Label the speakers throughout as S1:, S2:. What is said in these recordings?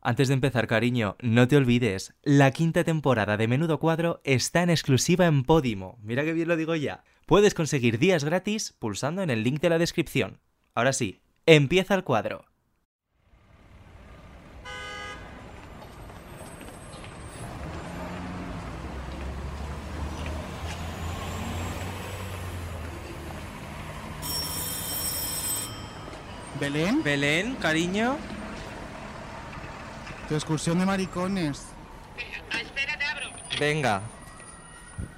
S1: Antes de empezar, cariño, no te olvides, la quinta temporada de Menudo Cuadro está en exclusiva en Podimo. Mira que bien lo digo ya. Puedes conseguir días gratis pulsando en el link de la descripción. Ahora sí, empieza el cuadro.
S2: Belén,
S1: Belén, cariño.
S2: tu excursión de maricones.
S3: Espera, te abro.
S1: Venga.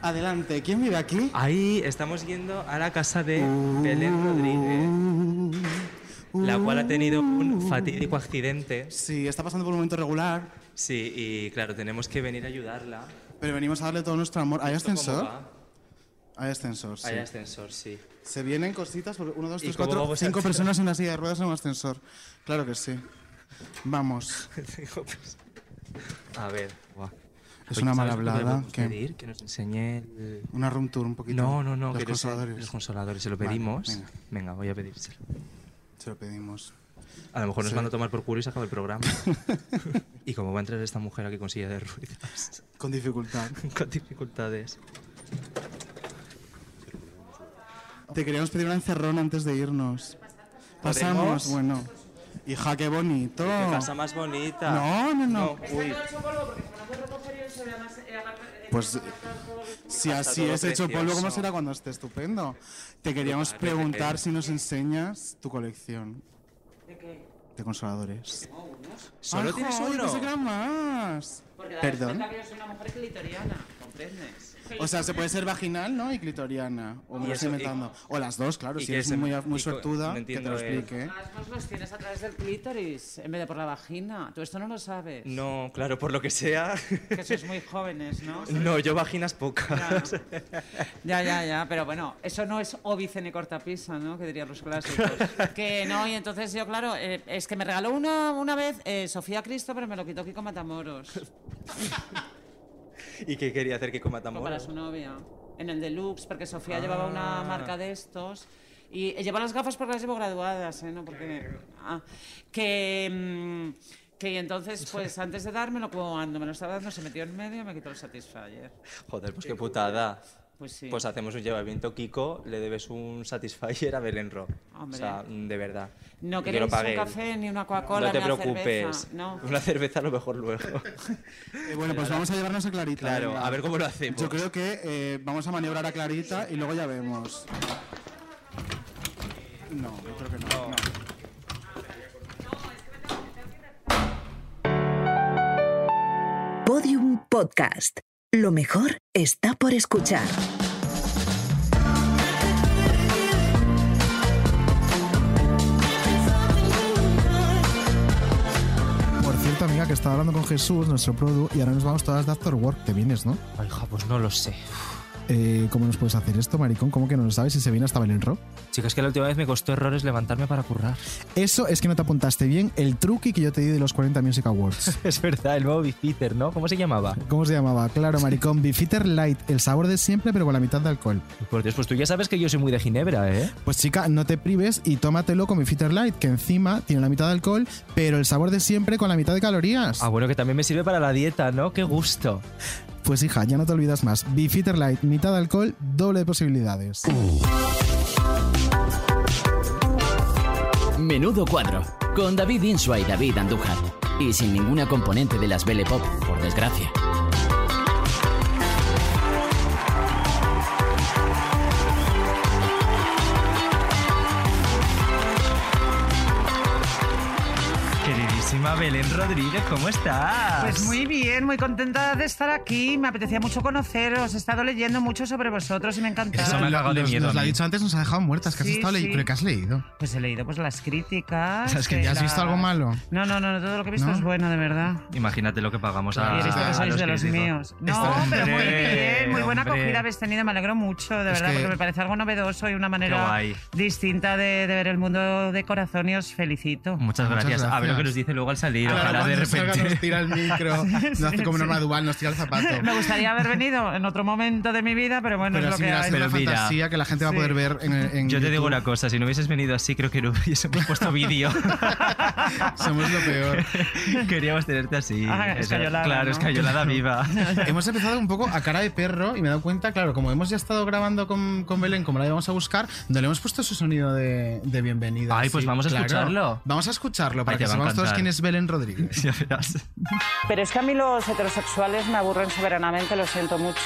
S2: Adelante, ¿quién vive aquí?
S1: Ahí estamos yendo a la casa de Belén Rodríguez, la cual ha tenido un fatídico accidente.
S2: Sí, está pasando por un momento regular,
S1: Sí, y claro, tenemos que venir a ayudarla.
S2: pero venimos a darle todo nuestro amor. ¿Hay
S1: ¿Esto cómo
S2: ascensor?
S1: va?
S2: Hay ascensor, sí.
S1: Hay ascensor, sí.
S2: Se vienen cositas por uno, dos,
S1: ¿Y
S2: tres,
S1: cómo
S2: cuatro,
S1: vamos a
S2: cinco
S1: hacer?
S2: personas en una silla de ruedas en un ascensor. Claro que sí. Vamos.
S1: pues- A ver.
S2: Es
S1: Oye,
S2: una
S1: ¿sabes
S2: mala
S1: lo que
S2: hablada.
S1: podemos
S2: que-
S1: pedir? que nos enseñe el...
S2: Una room tour un poquito.
S1: No, no, no.
S2: Los
S1: que nos-
S2: consoladores.
S1: Los consoladores, se lo
S2: Vale,
S1: pedimos.
S2: venga.
S1: venga. voy a pedírselo.
S2: Se lo pedimos.
S1: A lo mejor nos
S2: Sí.
S1: van a tomar por culo y se acaba el programa. y como va a entrar esta mujer aquí con silla de ruedas,
S2: Con dificultad.
S1: con dificultades.
S2: Te queríamos pedir una encerrón antes de irnos. Pasamos,
S1: ¿Podemos?
S2: bueno. Hija, qué bonito.
S1: ¿Qué pasa más bonita?
S2: No, no, no.
S1: Uy,
S2: Pues si
S1: Hasta
S2: así
S1: todo
S2: es hecho polvo, ¿cómo
S1: precioso.
S2: será cuando esté estupendo? Te queríamos
S1: Claro,
S2: preguntar
S1: depende.
S2: si nos enseñas tu colección
S4: ¿De qué?
S2: de consoladores.
S1: solo
S2: Ajo,
S1: tienes
S2: yo
S1: uno.
S2: pensé que eran más.
S4: Porque daros
S2: Perdón.
S4: cuenta que yo soy una mujer clitoriana, ¿comprendes?
S2: O sea, se puede ser vaginal, ¿no? Y clitoriana. O me
S1: Y
S2: lo estoy
S1: eso, y-
S2: inventando. O las dos, claro.
S1: y
S2: Si
S1: que
S2: eres
S1: se-
S2: muy,
S1: y co-
S2: muy suertuda,
S1: no
S2: que te
S1: entiendo
S2: lo
S1: el-
S2: explique.
S4: Además los tienes a través del clítoris, en vez de por la vagina. Tú esto no lo sabes.
S1: No, claro, por lo que sea.
S4: Que sois muy jóvenes, ¿no?
S1: no, yo vaginas pocas.
S4: Ya, ya, ya, pero bueno, eso no es óbice ni cortapisa, ¿no? Que dirían los clásicos. que no, y entonces yo, claro, eh, es que me regaló una, una vez eh, Sofía Cristo, pero me lo quitó Kiko Matamoros,
S1: ¿Y qué quería hacer que coma tan
S4: como
S1: bueno?
S4: para su novia, en el deluxe, porque Sofía llevaba una
S1: Ah.
S4: marca de estos. Y eh, llevo las gafas porque las llevo graduadas, ¿eh? No porque... Ah, que... mm, que entonces, pues antes de dármelo, cuando me lo estaba dando, se metió en medio y me quitó el Satisfyer.
S1: Joder, pues qué putada.
S4: Pues sí.
S1: Pues hacemos un llevamiento Kiko, le debes un Satisfyer a Belén Ro.
S4: Hombre.
S1: O sea, mm, de verdad. Y
S4: no
S1: que lo
S4: queréis
S1: pague
S4: un
S1: él.
S4: café ni una Coca-Cola,
S1: No te
S4: ni una
S1: preocupes.
S4: cerveza. No.
S1: Una cerveza a lo mejor luego.
S2: Eh, bueno, pues vamos a llevarnos a Clarita.
S1: claro,
S2: venga.
S1: a ver cómo lo hacemos.
S2: Yo creo que eh, vamos a maniobrar a Clarita y luego ya vemos. No, yo creo que no. no.
S5: Podium Podcast. Lo mejor está por escuchar.
S2: Por cierto, amiga, que estaba hablando con Jesús, nuestro produ, y ahora nos vamos todas de After Work. Te vienes, ¿no?
S1: Ay, hija, pues no lo sé.
S2: Eh, ¿Cómo nos puedes hacer esto, maricón? ¿Cómo que no lo sabes si se viene hasta Belén Rock?
S1: Chicas, que la última vez me costó errores levantarme para currar.
S2: Eso es que no te apuntaste bien el truqui que yo te di de los 40 Music Awards.
S1: Es verdad, el nuevo Bifitter, ¿no? ¿Cómo se llamaba?
S2: ¿Cómo se llamaba? Claro, maricón, Bifitter Light, el sabor de siempre, pero con la mitad de alcohol.
S1: Por Dios, pues tú ya sabes que yo soy muy de Ginebra, ¿eh?
S2: Pues chica, no te prives y tómatelo con Bifitter Light, que encima tiene la mitad de alcohol, pero el sabor de siempre con la mitad de calorías.
S1: Ah, bueno, que también me sirve para la dieta, ¿no? Qué gusto.
S2: Pues hija, ya no te olvidas más. Bifitter Light, mitad de alcohol, doble de posibilidades.
S6: Menudo cuadro, con David Insua y David Andújar. Y sin ninguna componente de las Belle Pop, por desgracia.
S1: Queridísima Belén Rodríguez, ¿cómo estás?
S4: Pues muy bien, muy contenta de estar aquí. Me apetecía mucho conoceros. He estado leyendo mucho sobre vosotros y me encanta.
S1: Eso me ha cagado de
S7: nos,
S1: miedo.
S7: nos
S1: a
S7: lo ha
S1: mí.
S7: dicho antes, nos ha dejado muertas. que has
S4: Sí,
S7: estado leyendo?
S4: sí.
S7: ¿Pero qué has leído?
S4: Pues he leído pues las críticas.
S7: O sea, es que
S4: de
S7: ya has visto
S4: las-
S7: algo malo.
S4: No, no, no, no, todo lo que he visto
S7: ¿No?
S4: es bueno, de verdad.
S1: Imagínate lo que pagamos a,
S4: y he visto
S7: ah,
S4: que sois
S1: los
S4: de los
S1: críticos.
S4: míos. No,
S7: Está-
S4: pero muy
S1: Hombre,
S4: bien, muy buena
S1: hombre.
S4: acogida habéis tenido, me alegro mucho, de
S7: Es
S4: verdad,
S7: que-
S4: porque me parece algo novedoso y una
S1: Qué
S4: manera
S1: guay.
S4: distinta de, de ver el mundo de corazón y os felicito.
S1: Muchas gracias.
S7: Muchas
S1: A ver lo que
S7: gracias.
S1: nos dice luego luego al salir,
S2: Claro,
S1: ojalá de
S2: cuando salga
S1: repente.
S2: Nos tira el micro, nos hace como Norma Duval, nos tira el zapato.
S4: Me gustaría haber venido en otro momento de mi vida, pero bueno,
S2: Pero
S4: es lo
S2: sí,
S4: que
S2: mira, es
S4: hay.
S1: pero
S2: una
S1: mira.
S2: fantasía que la gente va a
S4: Sí.
S2: poder ver en, en
S1: Yo te digo
S2: YouTube.
S1: una cosa, si no hubieses venido así, creo que no hubiésemos puesto vídeo.
S2: Somos lo peor.
S1: Queríamos tenerte así.
S4: Ah,
S1: Eso,
S4: escayolada,
S1: Claro,
S4: ¿no?
S1: escayolada viva.
S2: hemos empezado un poco a cara de perro y me he dado cuenta, claro, como hemos ya estado grabando con, con Belén, como la íbamos a buscar, no le hemos puesto su sonido de, de bienvenida.
S1: Ay, pues vamos a escucharlo.
S2: Vamos a escucharlo para
S1: Ay, te
S2: que
S1: va a
S2: sepamos todos
S1: encantar.
S2: quién es Belén Rodríguez.
S1: Ya verás.
S4: Pero es que a mí los heterosexuales me aburren soberanamente, lo siento mucho.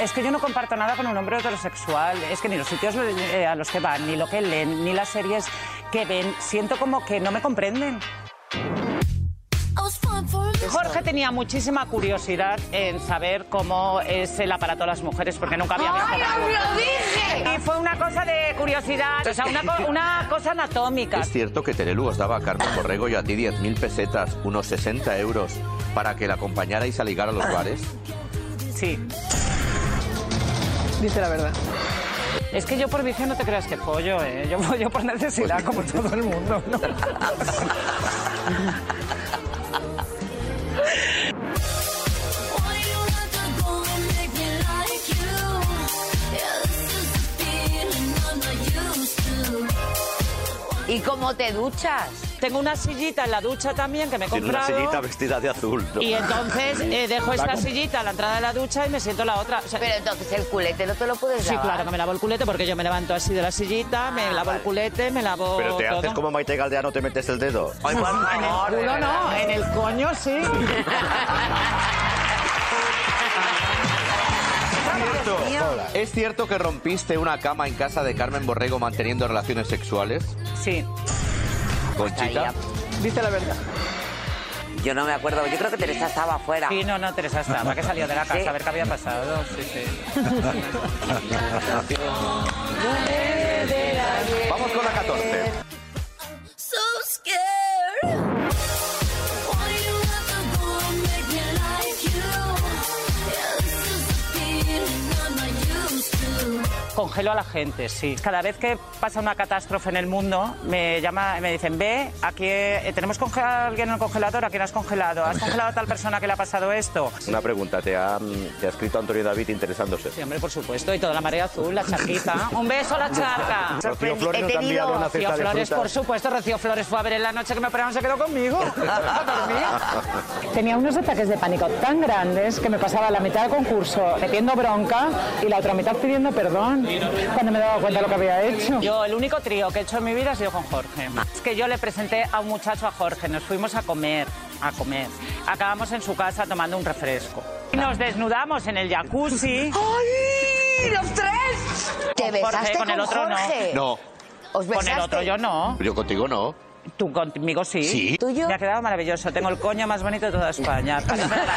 S4: Es que yo no comparto nada con un hombre heterosexual. Es que ni los sitios eh, a los que van, ni lo que leen, ni las series que ven, siento como que no me comprenden. Jorge tenía muchísima curiosidad en saber cómo es el aparato de las mujeres, porque nunca había visto nada.
S3: lo dije!
S4: Y fue una cosa de curiosidad, o sea, una, co- una cosa anatómica.
S8: Es cierto que Terelu os daba a Carmen Borrego y a ti 10.000 pesetas, unos 60 euros, para que la acompañarais a ligar a
S4: Ah,
S8: los bares.
S4: Sí.
S9: Dice la verdad.
S4: Es que yo por vicio no te creas que pollo, ¿eh? Yo pollo por necesidad, como todo el mundo. ¿no?
S3: ¿Y cómo te duchas?
S4: Tengo una sillita en la ducha también que me he
S8: Tiene una
S4: comprado.
S8: sillita vestida de azul. ¿no?
S4: Y entonces eh, dejo esta sillita a la entrada de la ducha y me siento en la otra. O sea,
S3: Pero entonces el culete no te lo puedes
S4: sí,
S3: lavar. Ah,
S4: claro que me lavo el culete porque yo me levanto así de la sillita, me lavo el culete, me lavo
S8: Pero te
S4: todo.
S8: haces como Maite Galdeano, te metes el dedo. Ay, por
S4: En el
S8: favor, de
S4: culo
S8: verdad.
S4: no, en el coño sí.
S8: Cierto. ¿Es cierto que rompiste una cama en casa de Carmen Borrego manteniendo relaciones sexuales?
S4: Sí.
S8: Conchita.
S9: Dice la verdad.
S10: Yo no me acuerdo, yo creo que Teresa estaba afuera.
S4: Sí, no, no, Teresa estaba, que salió de la casa a ver qué había pasado. Sí, sí.
S8: Vamos con la 14.
S4: Congelo a la gente, sí. Cada vez que pasa una catástrofe en el mundo, me llama, me dicen, ve, aquí eh, tenemos conge- a alguien en el congelador, ¿a quién has congelado? ¿Has congelado a tal persona que le ha pasado esto?
S8: Una pregunta, ¿te ha, mm, te ha escrito Antonio David interesándose?
S4: Sí, hombre, por supuesto, y toda la marea azul, la charquita. Un beso a la charca.
S8: Rocío Flores
S4: He
S8: no te ha
S4: tenido-
S8: enviado una
S4: Rocío
S8: cesta de
S4: Flores,
S8: frutas.
S4: por supuesto, Rocío Flores fue a ver en la noche que me operaron, se quedó conmigo. A dormir. Tenía unos ataques de pánico tan grandes que me pasaba la mitad del concurso metiendo bronca y la otra mitad pidiendo perdón cuando me daba cuenta de lo que había hecho. Yo, el único trío que he hecho en mi vida ha sido con Jorge. Es que yo le presenté a un muchacho a Jorge, nos fuimos a comer, a comer. Acabamos en su casa tomando un refresco. Y Nos desnudamos en el jacuzzi.
S3: ¡Ay! ¡Los tres! ¿Te
S4: Con Jorge,
S3: besaste
S4: con
S3: con,
S4: el otro no.
S3: Jorge?
S8: No,
S3: ¿Os
S4: Con
S3: besaste?
S4: el otro yo no.
S8: yo contigo no.
S4: Tú conmigo sí.
S8: Sí.
S3: ¿Tú y yo?
S4: Me ha quedado maravilloso. Tengo el coño más bonito de toda España. Parece la leche.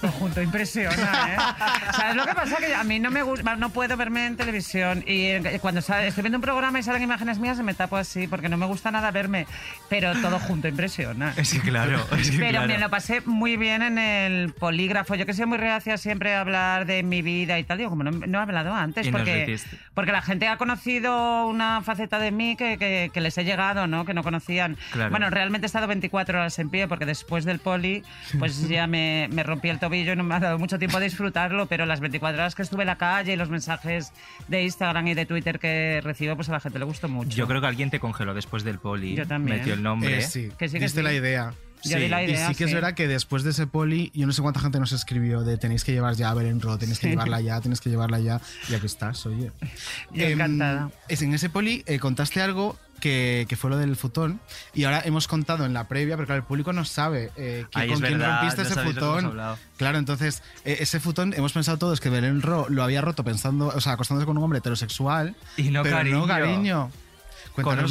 S4: Conjunto impresiona, ¿eh? ¿Sabes lo que pasa? Que a mí no me gusta, no puedo verme en televisión y eh, cuando sale- estoy viendo un programa y salen imágenes mías me tapo así porque no me gusta nada verme, pero todo junto impresiona.
S1: Es que claro, es que
S4: Pero
S1: claro.
S4: me lo pasé muy bien en el polígrafo. Yo que soy muy reacia siempre a hablar de mi vida y tal. Digo, como no, no he hablado antes,
S1: Y nos
S4: porque,
S1: metiste.
S4: porque la gente ha conocido una faceta de mí que, que- que les he llegado, ¿no? Que no conocían.
S1: Claro.
S4: Bueno, realmente he estado 24 horas en pie, porque después del poli, pues ya me, me rompí el tobillo y no me ha dado mucho tiempo a disfrutarlo, pero las 24 horas que estuve en la calle y los mensajes de Instagram y de Twitter que recibo, pues a la gente le gustó mucho.
S1: Yo creo que alguien te congeló después del poli.
S4: Yo también.
S1: Metió el nombre.
S2: Eh, sí,
S4: Que sí, que
S2: diste
S4: sí.
S2: la idea.
S4: Yo
S1: Sí,
S4: di la
S2: Y
S4: idea,
S2: sí que es verdad que después de ese poli, yo no sé cuánta gente nos escribió de tenéis que llevar ya a Belén Ro, tenéis que llevarla ya, tenéis que llevarla ya. Y aquí estás, oye.
S4: Yo
S2: Em,
S4: encantada.
S2: es- en ese poli eh, contaste algo que, que fue lo del futón y ahora hemos contado en la previa, pero claro, el público no sabe eh, que-
S1: Ay,
S2: con
S1: es
S2: quién
S1: verdad, no
S2: rompiste ese
S1: sabéis lo que hemos
S2: futón.
S1: hablado.
S2: Claro, entonces, eh, ese futón hemos pensado todos que Belén Ro lo había roto pensando, o sea, acostándose con un hombre heterosexual.
S1: Y no,
S2: pero
S1: cariño.
S2: no, cariño. Cuéntanos,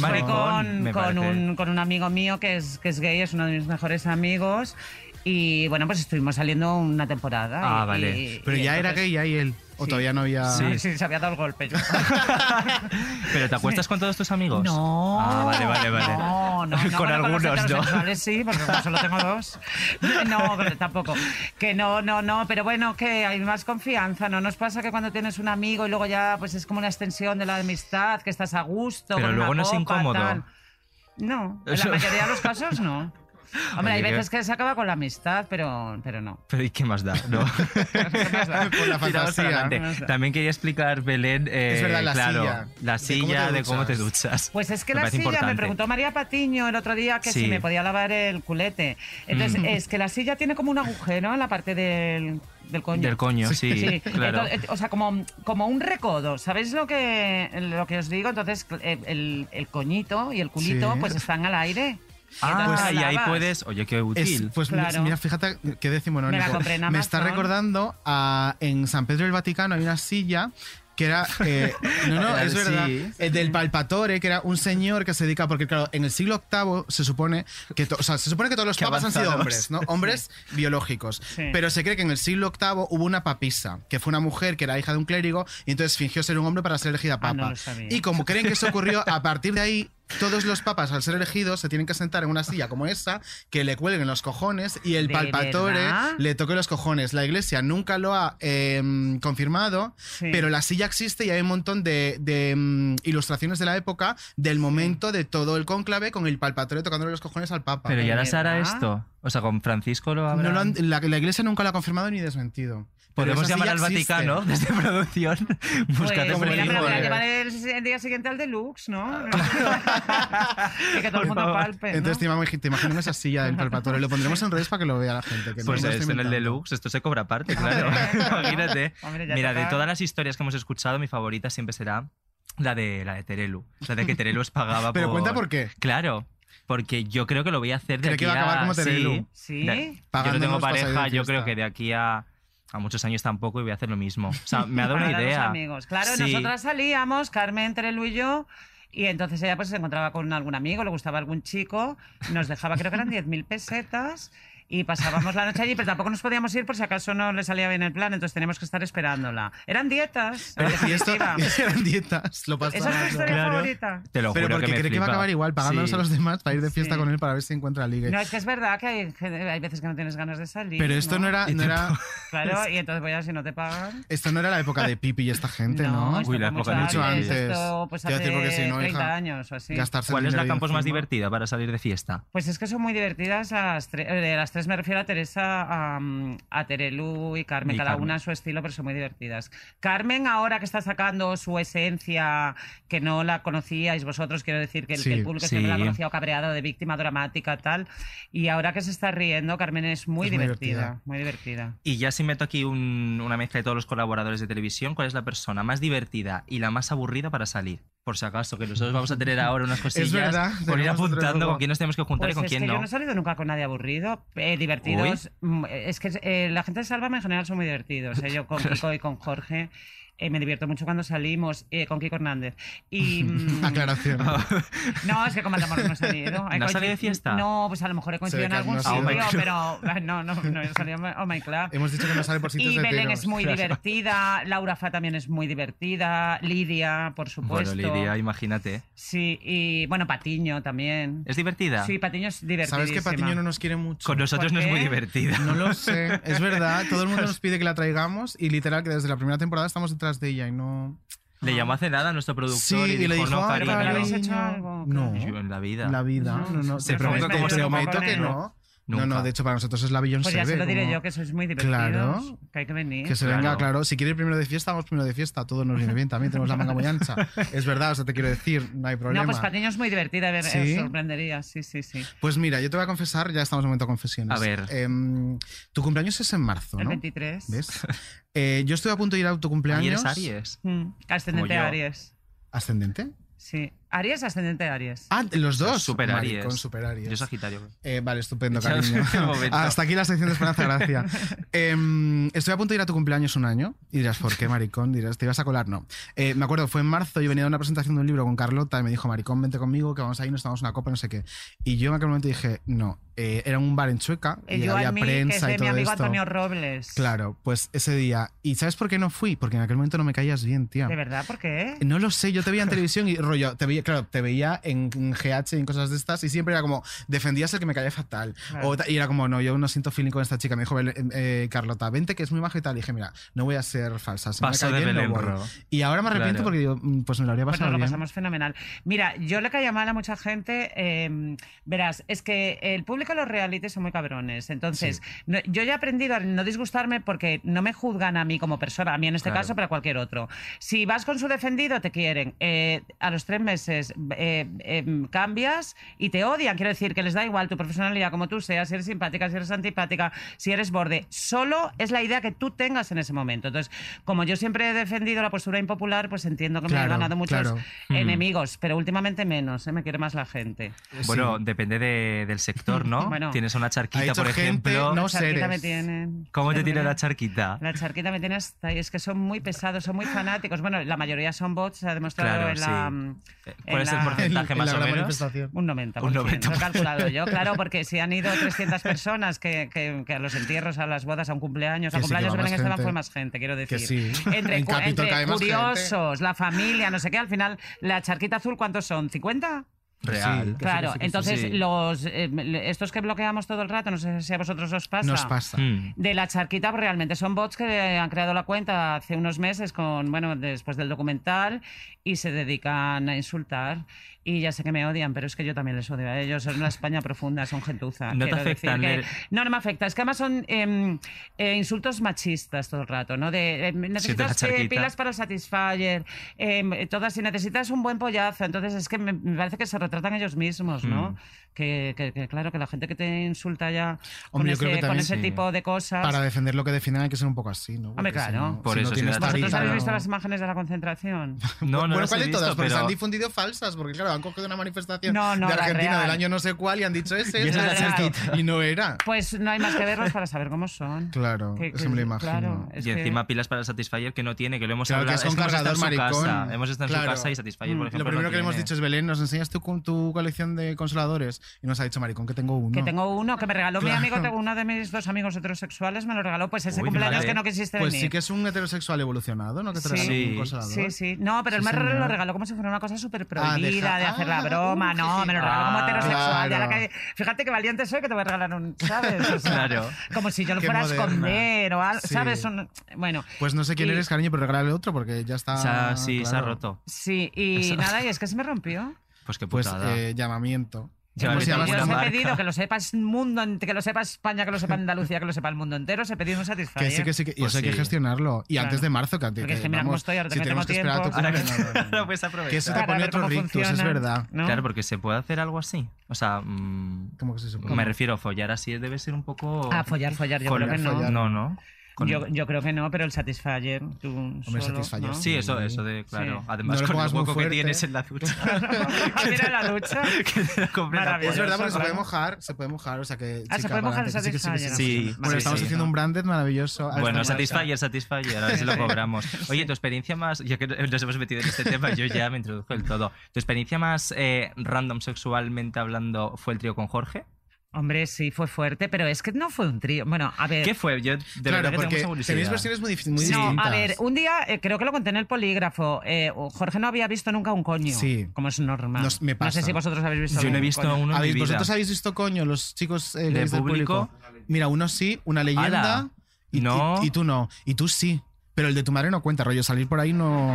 S1: un
S2: por
S4: Fue
S1: maricón.
S2: favor.
S1: me
S4: con, con
S1: parece.
S4: un, con un amigo mío que es, que es gay, es uno de mis mejores amigos. Y bueno, pues estuvimos saliendo una temporada.
S1: Ah,
S4: y-
S1: vale.
S4: y-
S2: Pero
S4: y
S2: ya era
S4: entonces-
S2: gay, ya y él. O
S4: Sí.
S2: todavía no había.
S4: Sí, sí, se había dado el golpe. yo.
S1: ¿Pero te acuestas con todos tus amigos?
S4: No.
S1: Ah, vale, vale, vale.
S4: No, no, no,
S1: Con
S4: bueno, los
S1: algunos, ¿no?
S4: heterosexuales sí, porque como solo tengo dos. No, pero tampoco. Que no, no, no, pero bueno, que hay más confianza, ¿no? Nos pasa que cuando tienes un amigo y luego ya pues es como una extensión de la amistad, que estás a gusto.
S1: Pero
S4: con una
S1: luego no es
S4: copa,
S1: incómodo.
S4: tal. No, en
S1: Eso-
S4: la mayoría de los casos no. Hombre, hay
S1: Oye, que-
S4: veces que se acaba con la amistad, pero, pero no.
S1: Pero ¿y qué más da? No.
S2: Por la
S1: Tiramos para
S2: fantasía.
S1: adelante. También quería explicar, Belén, eh,
S2: Es verdad, la
S1: claro,
S2: silla.
S1: la
S2: De
S1: silla de
S2: cómo
S1: cómo
S2: te
S1: te duchas.
S4: Pues es que
S1: Me
S4: la
S1: parece
S4: silla, me
S1: importante.
S4: preguntó María Patiño el otro día que
S1: Sí. Mm.
S4: si me podía lavar el culete. Entonces, es que la silla tiene como un agujero en la parte del, del coño.
S1: Del coño, sí, claro.
S4: Entonces, eh, o sea, como, como un recodo. ¿Sabéis lo que, lo que os digo? Entonces, cl- eh, el, el coñito y el culito
S2: Sí.
S4: pues están al aire.
S1: ah,
S4: Entonces,
S1: y ahí
S4: lavas.
S1: puedes... Oye, qué
S2: Es-
S1: útil.
S2: pues
S4: Claro.
S2: mira, fíjate qué decimonónico.
S4: Me la compré en
S2: Me está
S4: Amazon.
S2: recordando a en San Pedro del Vaticano hay una silla que era eh, no no
S1: Era
S2: es
S1: de-
S2: verdad
S1: sí.
S2: eh, del Palpatore que era un señor que se dedica porque claro en el siglo VIII se supone que to- o sea, se supone que todos los
S1: Qué
S2: papas han sido
S1: avanzados.
S2: hombres no hombres biológicos
S4: Sí.
S2: pero se cree que en el siglo VIII hubo una papisa que fue una mujer que era hija de un clérigo y entonces fingió ser un hombre para ser elegida
S4: Ah, no
S2: papa
S4: lo sabía.
S2: y como creen que eso ocurrió a partir de ahí todos los papas al ser elegidos se tienen que sentar en una silla como esa que le cuelguen los cojones y el
S4: ¿De
S2: palpatore
S4: verdad?
S2: le toque los cojones. La iglesia nunca lo ha eh, confirmado,
S4: Sí.
S2: pero la silla existe y hay un montón de, de, mm, ilustraciones de la época, del momento de todo el cónclave con el palpatore tocándole los cojones al papa.
S1: Pero ya
S4: ¿de
S1: las hará
S4: verdad?
S1: esto. O sea, con Francisco lo habrá.
S2: No lo han- la, la iglesia nunca lo ha confirmado ni desmentido. Pero
S1: Podemos
S2: esa
S1: llamar
S2: silla
S1: al
S2: existe.
S1: Vaticano desde producción. Búscate
S4: Pues,
S1: por
S4: mira,
S1: ahí.
S4: me la voy a
S2: hijo,
S4: llevar
S2: eh.
S4: el, el día siguiente al deluxe, ¿no? y que todo
S1: Por
S4: el mundo
S1: favor.
S4: palpe. ¿no?
S2: Entonces te imag- te imagino esa silla del palpatore. Lo pondremos en redes para que lo vea la gente. que
S1: Pues
S2: no me lo estoy
S1: es en el
S2: inventando.
S1: deluxe, esto se cobra aparte, claro. Imagínate.
S4: Hombre, ya
S1: Mira, de
S4: toca.
S1: todas las historias que hemos escuchado, mi favorita siempre será la de la de Terelu. La de que Terelu os pagaba
S2: Pero
S1: por-
S2: cuenta por qué.
S1: Claro, porque yo creo que lo voy a hacer de
S2: Creo
S1: aquí
S2: que va a acabar como
S1: sí,
S2: Terelu.
S4: Sí.
S1: de- yo no
S2: Pagándonos
S1: tengo
S2: para salir de
S1: pareja, yo
S2: fiesta.
S1: creo que de aquí a, a muchos años tampoco y voy a hacer lo mismo. O sea, me ha dado una
S4: Para los
S1: idea.
S4: amigos. Claro,
S1: Sí.
S4: nosotras salíamos, Carmen, Terelu y yo, y entonces ella pues se encontraba con algún amigo, le gustaba algún chico, nos dejaba, creo que eran 10.000 pesetas, y pasábamos la noche allí, pero tampoco nos podíamos ir por si acaso no le salía bien el plan, entonces teníamos que estar esperándola. Eran dietas. en
S2: Y esto
S4: definitiva.
S2: eran dietas, lo
S4: Esa es tu
S2: pasamos.
S4: historia
S1: Claro.
S4: favorita.
S1: Te lo
S2: Pero
S1: juro
S2: porque
S1: que me
S2: cree que va a
S1: flipa.
S2: acabar igual, pagándonos
S1: Sí.
S2: a los demás para ir de fiesta
S4: Sí.
S2: con él para ver si encuentra ligue.
S4: No, es que es verdad que hay, gen- hay veces que no tienes ganas de salir.
S2: Pero esto no era, no era,
S4: Claro, y entonces voy a ver si no te pagan.
S2: esto no era la época de Pipi y esta gente, ¿no.
S4: esto
S1: Uy, la
S4: fue mucho
S1: época de
S2: mucho
S1: Pipi.
S2: antes.
S4: Esto, pues
S2: Te iba a
S4: hace
S2: decir porque si no,
S4: 30
S2: hija,
S4: años o así.
S2: gastarse
S1: ¿Cuál es la
S2: dinero
S1: campus más
S2: encima.
S1: divertida para salir de fiesta?
S4: Pues es que son muy divertidas las tres. eh, las tres me refiero a Teresa, a, mm, a Terelu y Carmen,
S1: Y
S4: cada
S1: Carmen.
S4: una a su estilo, pero son muy divertidas. Carmen, ahora que está sacando su esencia, que no la conocíais vosotros, quiero decir que el,
S2: Sí,
S4: que el público
S1: sí.
S4: siempre la ha conocido cabreado de víctima dramática, tal. Y ahora que se está riendo, Carmen es muy
S2: Es muy
S4: divertida,
S2: divertida.
S4: muy divertida.
S1: Y ya si meto aquí un- una mezcla de todos los colaboradores de televisión, ¿cuál es la persona más divertida y la más aburrida para salir? Por si acaso, que nosotros vamos a tener ahora unas cosillas
S2: verdad,
S1: por ir
S2: tenemos otro
S1: apuntando
S2: grupo.
S1: con quién nos tenemos que juntar
S4: Pues
S1: y con
S4: es
S1: quién
S4: que
S1: no.
S4: Yo no he salido nunca con nadie aburrido, eh, divertidos. mm, Es que eh, la gente de Sálvame en general son muy divertidos. eh, Yo con Kiko y con Jorge eh, me divierto mucho cuando salimos, eh, con Kiko Hernández. Y, mm,
S2: Aclaración.
S4: No, es que con Matamoros no he salido. He
S1: ¿No has salido de
S4: coincid-
S1: fiesta?
S4: No, pues a lo mejor he coincidido
S2: Se ve
S4: en
S2: que
S4: algún
S2: no has
S4: sitio,
S1: ido. Oh my
S4: pero eh, no, no, no he salido. Oh my God.
S2: Hemos dicho que no sale por sitios
S4: Y
S2: de
S4: Belén
S2: pelos.
S4: es muy divertida, Laura Fa también es muy divertida, Lidia, por
S1: Bueno,
S4: supuesto.
S1: Lidia, imagínate.
S4: Sí, y bueno, Patiño también.
S1: ¿Es divertida?
S4: Sí, Patiño es divertidísima.
S2: ¿Sabes que Patiño no nos quiere mucho?
S1: Con nosotros
S4: ¿Por
S1: no es muy
S4: qué?
S1: divertida.
S2: No lo sé, es verdad. Todo el mundo nos pide que la traigamos y literal que desde la primera temporada estamos detrás de ella y no...
S1: Le llamó hace nada a nuestro productor
S2: Sí,
S1: y,
S2: y le dijo,
S1: no,
S2: "Ah,
S1: cariño".
S4: pero
S2: cariño.
S4: habéis hecho algo,
S2: No,
S1: Y yo, en la vida.
S2: la vida.
S4: No.
S2: No, no,
S1: Se
S2: te prometo,
S1: prometo-
S2: te prometo
S1: ¿eh?
S4: Nunca.
S2: que no. No, no, de hecho para nosotros es la Beyoncé.
S4: Pues ya se lo
S2: ve,
S4: diré
S2: como-
S4: yo, que sois muy divertidos.
S2: Claro.
S4: Que hay que venir.
S2: Que se
S1: Claro.
S2: venga, claro. Si quiere ir primero de fiesta, vamos primero de fiesta. Todo nos viene bien. También tenemos la manga muy ancha. Es verdad, o sea, te quiero decir, no hay problema.
S4: No, pues Patiño es muy divertida, a ver,
S2: ¿Sí?
S4: os sorprendería. Sí, sí, sí.
S2: Pues mira, yo te voy a confesar, ya estamos en momento confesiones.
S1: A ver.
S2: Em, tu cumpleaños es en marzo,
S4: El
S2: ¿no?
S4: 23.
S2: ¿Ves? Eh, yo estoy a punto de ir a tu cumpleaños.
S1: Ayer es Aries.
S4: Mm, Ascendente
S1: Como yo.
S4: Aries.
S2: ¿Ascendente?
S4: Sí. Aries, ascendente Aries.
S2: Ah, los dos.
S1: Super Aries.
S2: Con super Aries.
S1: Yo Sagitario.
S2: Eh, vale, estupendo,
S1: Ya,
S2: cariño.
S1: de momento.
S2: Hasta aquí la sección de Esperanza Gracia. Em, estoy a punto de ir a tu cumpleaños un año y dirás, ¿por qué, maricón? Dirás, ¿te ibas a colar? No. Eh, me acuerdo, fue en marzo, yo venía de una presentación de un libro con Carlota y me dijo, maricón, vente conmigo, que vamos a ir, nos tomamos una copa, no sé qué. Y yo en aquel momento dije, no, eh, era un bar en Chueca
S4: El
S2: Ah, y
S4: You
S2: había
S4: and Me, Eh, que es
S2: prensa
S4: de
S2: y todo
S4: mi amigo
S2: esto.
S4: Antonio Robles.
S2: Claro, pues ese día. ¿Y sabes por qué no fui? Porque en aquel momento no me caías bien, tía.
S4: ¿De verdad? ¿Por qué?
S2: No lo sé, yo te veía en televisión y rollo, te veía, claro, te veía en GH y en cosas de estas y siempre era como, defendías el que me caía fatal.
S4: Claro.
S2: O ta- y era como, no, yo no siento feeling con esta chica. Me dijo Bel- eh, Carlota, vente que es muy maja y tal. Y dije, mira, no voy a ser falsa. Si no me
S1: Paso
S2: cae
S1: de
S2: bien, no
S1: Belén
S2: voy".
S1: Ro.
S2: Y ahora me arrepiento
S1: Claro.
S2: porque digo, "Mm, pues me lo habría pasado
S4: Bueno, lo
S2: bien.
S4: pasamos fenomenal. Mira, yo le caía mal a mucha gente. eh, verás, es que el público de los realities son muy cabrones. Entonces, no- yo ya he aprendido a no disgustarme porque no me juzgan a mí como persona, a mí en este
S2: Claro.
S4: caso, pero a cualquier otro. Si vas con su defendido, te quieren. Eh, a los tres meses eh, em, cambias y te odian. Quiero decir que les da igual tu profesionalidad, como tú seas, si eres simpática, si eres antipática, si eres borde. Solo es la idea que tú tengas en ese momento. Entonces, como yo siempre he defendido la postura impopular, pues entiendo que me
S2: Claro,
S4: he ganado muchos
S2: claro. Mm.
S4: enemigos, pero últimamente menos, ¿eh? me quiere más la gente.
S1: Bueno, depende de- del sector, ¿no?
S4: Bueno.
S1: Tienes a una
S2: Ha
S1: charquita,
S2: dicho
S1: por
S2: gente,
S1: ejemplo.
S2: no
S4: La charquita
S2: seres.
S4: me tienen.
S1: ¿Cómo te
S4: Siempre
S1: tiene
S4: me-
S1: la charquita?
S4: La charquita me tiene hasta ahí, es que son muy pesados, son muy fanáticos. Bueno, la mayoría son bots, se ha demostrado
S1: Claro,
S4: en la... mm,
S1: sí. Eh,
S4: en
S1: ¿Cuál es el
S4: la-
S2: En-
S1: porcentaje
S2: en
S1: más
S2: la
S1: o
S2: gran
S1: menos?
S2: manifestación.
S4: Un 90%,
S1: Un
S4: lo he
S1: 90%.
S4: calculado yo, claro, porque si han ido 300 personas que, que- que a los entierros, a las bodas, a un cumpleaños, a
S2: Que sí, que
S4: cumpleaños
S2: va
S4: de Belén
S2: más
S4: Esteban
S2: gente.
S4: fue más gente, quiero decir.
S2: sí.
S4: Entre,
S2: En
S4: cu-
S2: Capitol
S4: entre
S2: cae más gente.
S4: curiosos, la familia, no sé qué, al final, la charquita azul, ¿cuántos son? ¿50?
S1: Real.
S2: Sí, que
S4: Claro,
S2: sí, que sí, que sí.
S4: entonces
S1: sí.
S4: los eh, le- estos que bloqueamos todo el rato, no sé si a vosotros os pasa.
S2: Nos pasa.
S1: Mm.
S4: De la charquita pues, realmente son bots que han creado la cuenta hace unos meses con bueno después del documental y se dedican a insultar y ya sé que me odian pero es que yo también les odio a ellos son una España profunda son gentuza
S1: ¿No te
S4: quiero decir
S1: afectan
S4: que-
S1: leer-
S4: no no me afecta es que además son em, eh, insultos machistas todo el rato no de em, necesitas eh,
S1: charquita.
S4: pilas para el Satisfyer em, todas si necesitas un buen pollazo entonces es que me, me parece que se retratan ellos mismos no
S1: Mm.
S4: que, que- que, claro que la gente que te insulta ya
S2: Hombre, yo
S4: con ese,
S2: creo que
S4: con
S2: también
S4: ese
S2: sí.
S4: tipo de cosas
S2: Para defender lo que defienden hay que ser un poco así, ¿no?
S4: Hombre,
S2: Porque si
S4: claro.
S2: no-
S1: Por
S2: si
S1: eso
S2: no
S1: se
S2: tienes
S1: le da
S4: ¿Vosotros
S1: Tarita,
S4: habéis
S1: ¿no?
S4: visto las imágenes de la concentración?
S1: No, no
S2: bueno,
S1: las
S2: ¿cuál
S1: he
S2: de todas?
S1: visto,
S2: Porque se han
S1: pero-
S2: difundido falsas, porque claro, han cogido una manifestación
S4: No, no,
S2: de
S4: la
S2: Argentina
S4: real.
S2: del año no sé cuál y han dicho ese,
S1: Y
S2: ese,
S1: esa es la
S2: ese,
S1: charquita.
S2: ese". y no era.
S4: Pues no hay más que verlos para saber cómo son.
S2: Claro,
S4: Que-
S2: eso
S4: que-
S2: me lo imagino.
S4: claro, es
S1: y
S4: que-
S1: encima pilas para el Satisfyer que no tiene, que lo hemos
S2: Claro, que
S1: hablado.
S2: es con
S1: que hemos estado
S2: cargador
S1: en su
S2: maricón.
S1: casa, Hemos estado en
S2: Claro.
S1: su casa y Satisfyer,
S2: Mm,
S1: por ejemplo,
S2: Lo primero
S1: no
S2: que le hemos
S1: tiene.
S2: dicho es, Belén, ¿nos enseñas tu, tu colección de consoladores? Y nos ha dicho, maricón, que tengo uno.
S4: Que tengo uno que me regaló
S2: Claro.
S4: mi amigo, tengo uno de mis dos amigos heterosexuales, me lo regaló pues ese
S1: Uy, qué
S4: cumpleaños
S1: maravilla.
S4: que no quisiste
S2: Pues
S4: venir.
S2: sí que es un heterosexual evolucionado, ¿no? Que te
S4: Sí.
S2: regalan
S1: Sí.
S2: un consolador.
S4: Sí, sí. No, pero el
S2: Sí,
S4: más raro lo
S2: señor.
S4: regaló como si fuera una cosa súper
S2: Ah,
S4: prohibida,
S2: deja-
S4: de hacer la
S2: ah,
S4: broma.
S2: uy,
S4: no,
S2: sí.
S4: me lo regaló como
S1: Ah,
S4: heterosexual. de la
S2: claro.
S4: calle. Fíjate qué valiente soy que te voy a regalar un, ¿sabes? O sea,
S1: Claro.
S4: Como si yo lo
S2: Qué
S4: fuera
S2: moderna.
S4: a esconder o algo,
S2: Sí.
S4: ¿sabes? Un- bueno.
S2: Pues no sé quién
S4: Y-
S2: eres, cariño, pero regálale otro porque ya está...
S1: Se ha- sí, se ha
S2: "Ah, claro.
S1: roto.
S4: Sí, y nada, y es que se me rompió.
S1: Pues qué
S2: Pues
S1: putada.
S2: eh, llamamiento.
S1: Ya
S2: ¿Cómo
S1: ves,
S2: se llama
S1: alguna
S4: Yo os
S2: esta
S4: he
S1: marca?
S4: pedido que lo sepas mundo, ent- que lo sepa España, que lo sepa Andalucía, que lo sepa el mundo entero. Os he pedido un
S2: Que
S4: satisfactorio.
S2: sí, que sí, que, y
S1: Pues
S2: eso hay
S1: sí.
S2: que gestionarlo. Y
S4: Claro.
S2: antes de marzo, que,
S4: Porque es que mira cómo estoy, ahora
S2: si
S4: no
S2: tenemos
S4: tengo
S2: que esperar a tu
S4: tiempo.
S1: Ahora que
S2: cumple, no, no, no.
S1: ahora puedes aprovechar.
S2: Que eso te
S4: Para
S2: pone
S4: ver
S2: otro
S4: cómo
S2: rictus, es
S4: funciona.
S2: verdad.
S4: ¿no?
S1: pues Claro, porque se puede hacer algo así. O sea, mm,
S2: ¿Cómo que se supone?
S1: me refiero, follar así debe ser un poco...
S4: Ah, follar, follar, yo
S1: con-
S4: creo que no.
S2: follar.
S1: No, no. Con-
S4: Yo, yo creo que no, pero el Satisfyer, tú solo,
S2: Satisfyer,
S4: ¿no?
S1: Sí, eso, eso de, claro.
S4: Sí.
S1: Además,
S2: No lo
S1: con
S2: pongas
S1: el
S2: muy
S1: hueco que
S2: fuerte.
S1: tienes en la ducha.
S4: Al ir a la ducha.
S1: que te lo compre la
S4: Maravilloso.
S2: Es
S1: polla.
S2: verdad, porque se
S4: Claro.
S2: puede mojar, se puede mojar, o sea que...
S4: Ah, se
S2: chica,
S4: puede mojar
S2: pa'lante,
S4: el
S2: que sí, que sí, que
S1: Satisfyer.
S2: sí.
S1: Sí,
S2: Bueno,
S1: sí,
S2: estamos
S1: sí.
S2: haciendo un branded maravilloso. a
S1: Bueno,
S2: esta marca.
S1: Satisfyer, Satisfyer, a ver si lo cobramos. Oye, tu experiencia más, ya que nos hemos metido en este tema, yo ya me introduzco del todo. ¿Tu experiencia más eh, random sexualmente hablando fue el trío con Jorge?
S4: Hombre, sí, fue fuerte, pero es que no fue un trío. Bueno, a ver.
S1: ¿Qué fue? Yo de
S2: Eh, Claro,
S1: verdad que tengo
S2: porque
S1: mucha curiosidad.
S2: tenéis versiones muy, dif- muy
S1: Sí.
S2: distintas.
S4: No, a ver, un día, eh, creo que lo conté en el polígrafo, eh, Jorge no había visto nunca un coño,
S2: Sí.
S4: como es normal.
S2: Nos- me
S4: No sé
S2: pasa.
S4: si vosotros habéis visto
S1: Yo no he
S4: algún
S1: visto
S4: coño.
S1: uno en mi
S2: ¿Habéis-
S1: vida.
S2: ¿Vosotros habéis visto, coño, los chicos eh, gays del
S1: público?
S2: público? Mira, uno sí, una leyenda,
S1: Ala.
S2: y,
S1: No.
S2: y- y tú no, y tú sí. Pero el de tu madre no cuenta, rollo, salir por ahí no...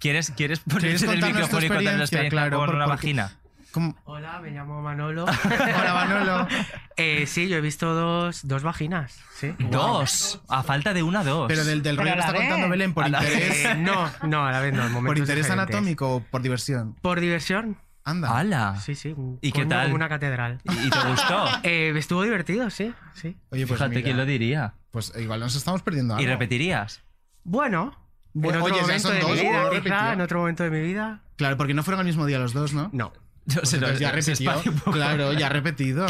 S1: ¿Quieres, quieres ponerte en el
S2: contarnos
S1: micrófono
S2: tu
S1: y contar la
S2: experiencia?
S1: experiencia
S2: Claro,
S1: con
S2: por-
S1: una
S2: porque-
S1: vagina?
S2: ¿Cómo?
S11: Hola, me llamo Manolo.
S2: Hola, Manolo.
S11: Eh, sí, yo he visto dos, dos vaginas. ¿sí?
S1: Dos. A falta de una, dos.
S2: Pero del, del
S4: Pero
S2: rollo
S4: a
S2: que
S4: la
S2: está
S4: vez.
S2: contando Belén, por
S1: A la
S2: interés,
S11: Eh, no, no, a la vez no. en
S2: por
S11: momentos
S2: interés
S11: diferentes.
S2: anatómico o por diversión.
S11: Por diversión.
S2: Anda.
S1: ¡Hala!
S11: Sí, sí. un
S1: ¿Y qué
S11: coño
S1: tal?
S11: Como una catedral.
S1: ¿Y te gustó?
S11: Eh, estuvo divertido, sí, sí.
S2: Oye, pues,
S1: Fíjate
S2: mira,
S1: quién lo diría.
S2: pues igual nos estamos perdiendo algo.
S1: ¿Y repetirías?
S11: Bueno.
S2: Bueno,
S11: en otro
S2: oye, ya
S11: momento
S2: son
S11: de
S2: dos,
S11: mi vida,
S2: ¿no?
S11: quizá,
S2: Repetido.
S11: en otro momento de mi vida,
S2: Claro, porque no fueron al mismo día los dos, ¿no?
S11: no.
S1: Yo
S2: Pues
S1: se lo-
S2: entonces ya
S1: se
S2: repetió.
S1: espacio un poco.
S2: Claro, ya ha repetido.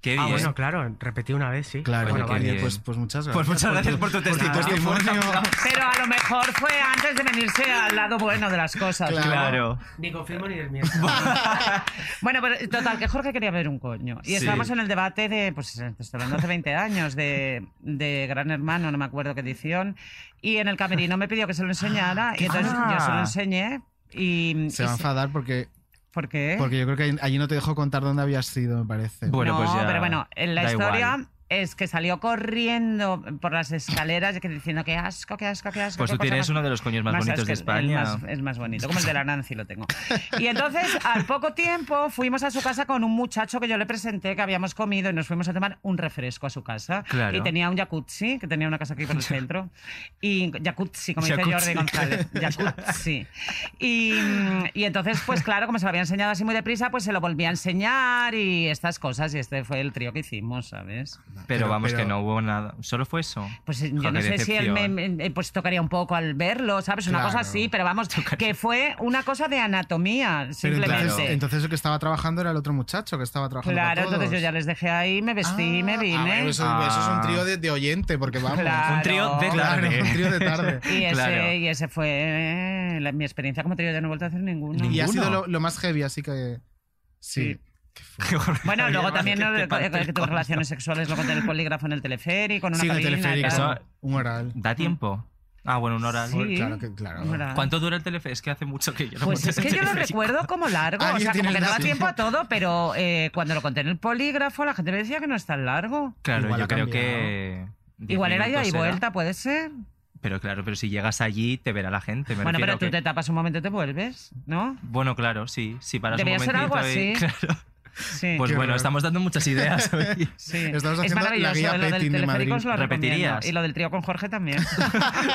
S1: Qué
S11: ah,
S1: bien.
S11: bueno, claro, repetí una vez, sí.
S2: Claro,
S11: Bueno,
S2: qué
S11: vale.
S2: bien, pues, pues muchas gracias.
S1: Pues muchas gracias por tu testimonio.
S4: Pero a lo mejor fue antes de venirse al lado bueno de las cosas.
S11: Claro.
S1: Claro.
S11: Ni confirmo ni desmiento.
S4: Bueno, pues total, que Jorge quería ver un coño. Y
S11: Sí.
S4: estábamos en el debate de, pues te estoy hablando hace 20 años, de, de Gran Hermano, no me acuerdo qué edición. Y en el camerino me pidió que se lo enseñara. Y entonces
S2: Ah.
S4: yo se lo enseñé. Y,
S2: Se va a
S4: y
S2: enfadar porque,
S4: ¿Por qué?
S2: porque yo creo que ahí- allí no te dejó contar dónde habías sido, me parece.
S4: no, pero bueno, pues en la historia es que salió corriendo por las escaleras y que diciendo que asco, que asco, que asco.
S1: Pues
S4: qué
S1: tú
S4: cosa
S1: tienes
S4: más-
S1: uno de los coños más
S4: más
S1: bonitos de
S4: asque- el
S1: España.
S4: más- es más bonito, como el de la Nancy lo tengo. Y entonces, al poco tiempo, fuimos a su casa con un muchacho que yo le presenté, que habíamos comido y nos fuimos a tomar un refresco a su casa.
S1: Claro.
S4: Y tenía un jacuzzi, que tenía una casa aquí por el centro. Y jacuzzi, como
S1: Jacuzzi.
S4: dice Jordi González. Jacuzzi. Y, mm, y entonces, pues claro, como se lo había enseñado así muy deprisa, pues se lo volví a enseñar y estas cosas. Y este fue el trío que hicimos, ¿sabes?
S1: Pero, vamos, que no hubo nada. Solo fue eso.
S4: Pues yo
S1: Joder,
S4: no sé si él me,
S1: decepción.
S4: me- eh, pues tocaría un poco al verlo, ¿sabes? Una cosa
S1: Claro.
S4: así, pero vamos, que fue una cosa de anatomía,
S2: Pero
S4: simplemente.
S2: entonces, entonces el que estaba trabajando era el otro muchacho que estaba trabajando.
S4: Claro,
S2: para
S4: entonces yo
S2: todos.
S4: ya les dejé ahí, me vestí, me vine.
S2: Ah, bueno, eso, eso es un trío de, de oyente, porque vamos.
S4: Claro. Un trío de
S2: Claro,
S4: tarde.
S2: un trío de tarde.
S4: Y ese, y ese fue eh, la- mi experiencia como trío, ya no he vuelto a hacer ninguno.
S2: Y ha sido lo, lo más heavy, así que. Sí.
S4: Bueno,
S2: Oye,
S4: luego
S2: Mar,
S4: también
S2: que
S4: ¿no?
S2: te
S4: que,
S2: parte el
S4: que tuve relaciones sexuales luego con el polígrafo en el teleférico, en una
S2: Sí, en el
S4: cabina,
S2: teleférico.
S4: claro.
S1: Eso-
S2: Un oral.
S1: ¿Da tiempo? Ah, bueno, un oral.
S4: Sí. Claro que-
S2: claro.
S4: Un oral.
S1: ¿Cuánto dura el teléfono? Es que hace mucho que yo no
S4: Pues
S1: monto
S4: es
S1: en
S4: que yo lo
S1: teleférico.
S4: recuerdo como largo, o
S1: Alguien
S4: sea, como
S1: tiene
S4: que
S1: el
S4: daba
S1: dato.
S4: tiempo a todo, pero eh, cuando lo conté en el polígrafo la gente me decía que no es tan largo.
S1: Claro,
S2: Igual
S1: yo
S2: ha
S1: creo
S2: cambiado.
S1: que. diez
S4: Igual era ida
S1: minutos
S4: y vuelta, puede ser.
S1: Pero claro, pero si llegas allí te verá la gente. me
S4: bueno,
S1: refiero
S4: pero tú
S1: que-
S4: te tapas un momento y te vuelves, ¿no?
S1: Bueno, claro, sí. Si paras
S4: Debía
S1: un
S4: ser
S1: momentito
S4: algo
S1: y-
S4: así.
S1: Claro.
S4: Sí.
S1: Pues bueno, estamos dando muchas ideas hoy.
S4: Sí.
S2: Estamos
S4: es
S2: haciendo la
S4: maravilloso,
S2: guía
S4: lo del
S2: Petting de Madrid.
S4: teleférico os lo recomiendo.
S1: ¿Repetirías?
S4: Y lo del trío con Jorge también.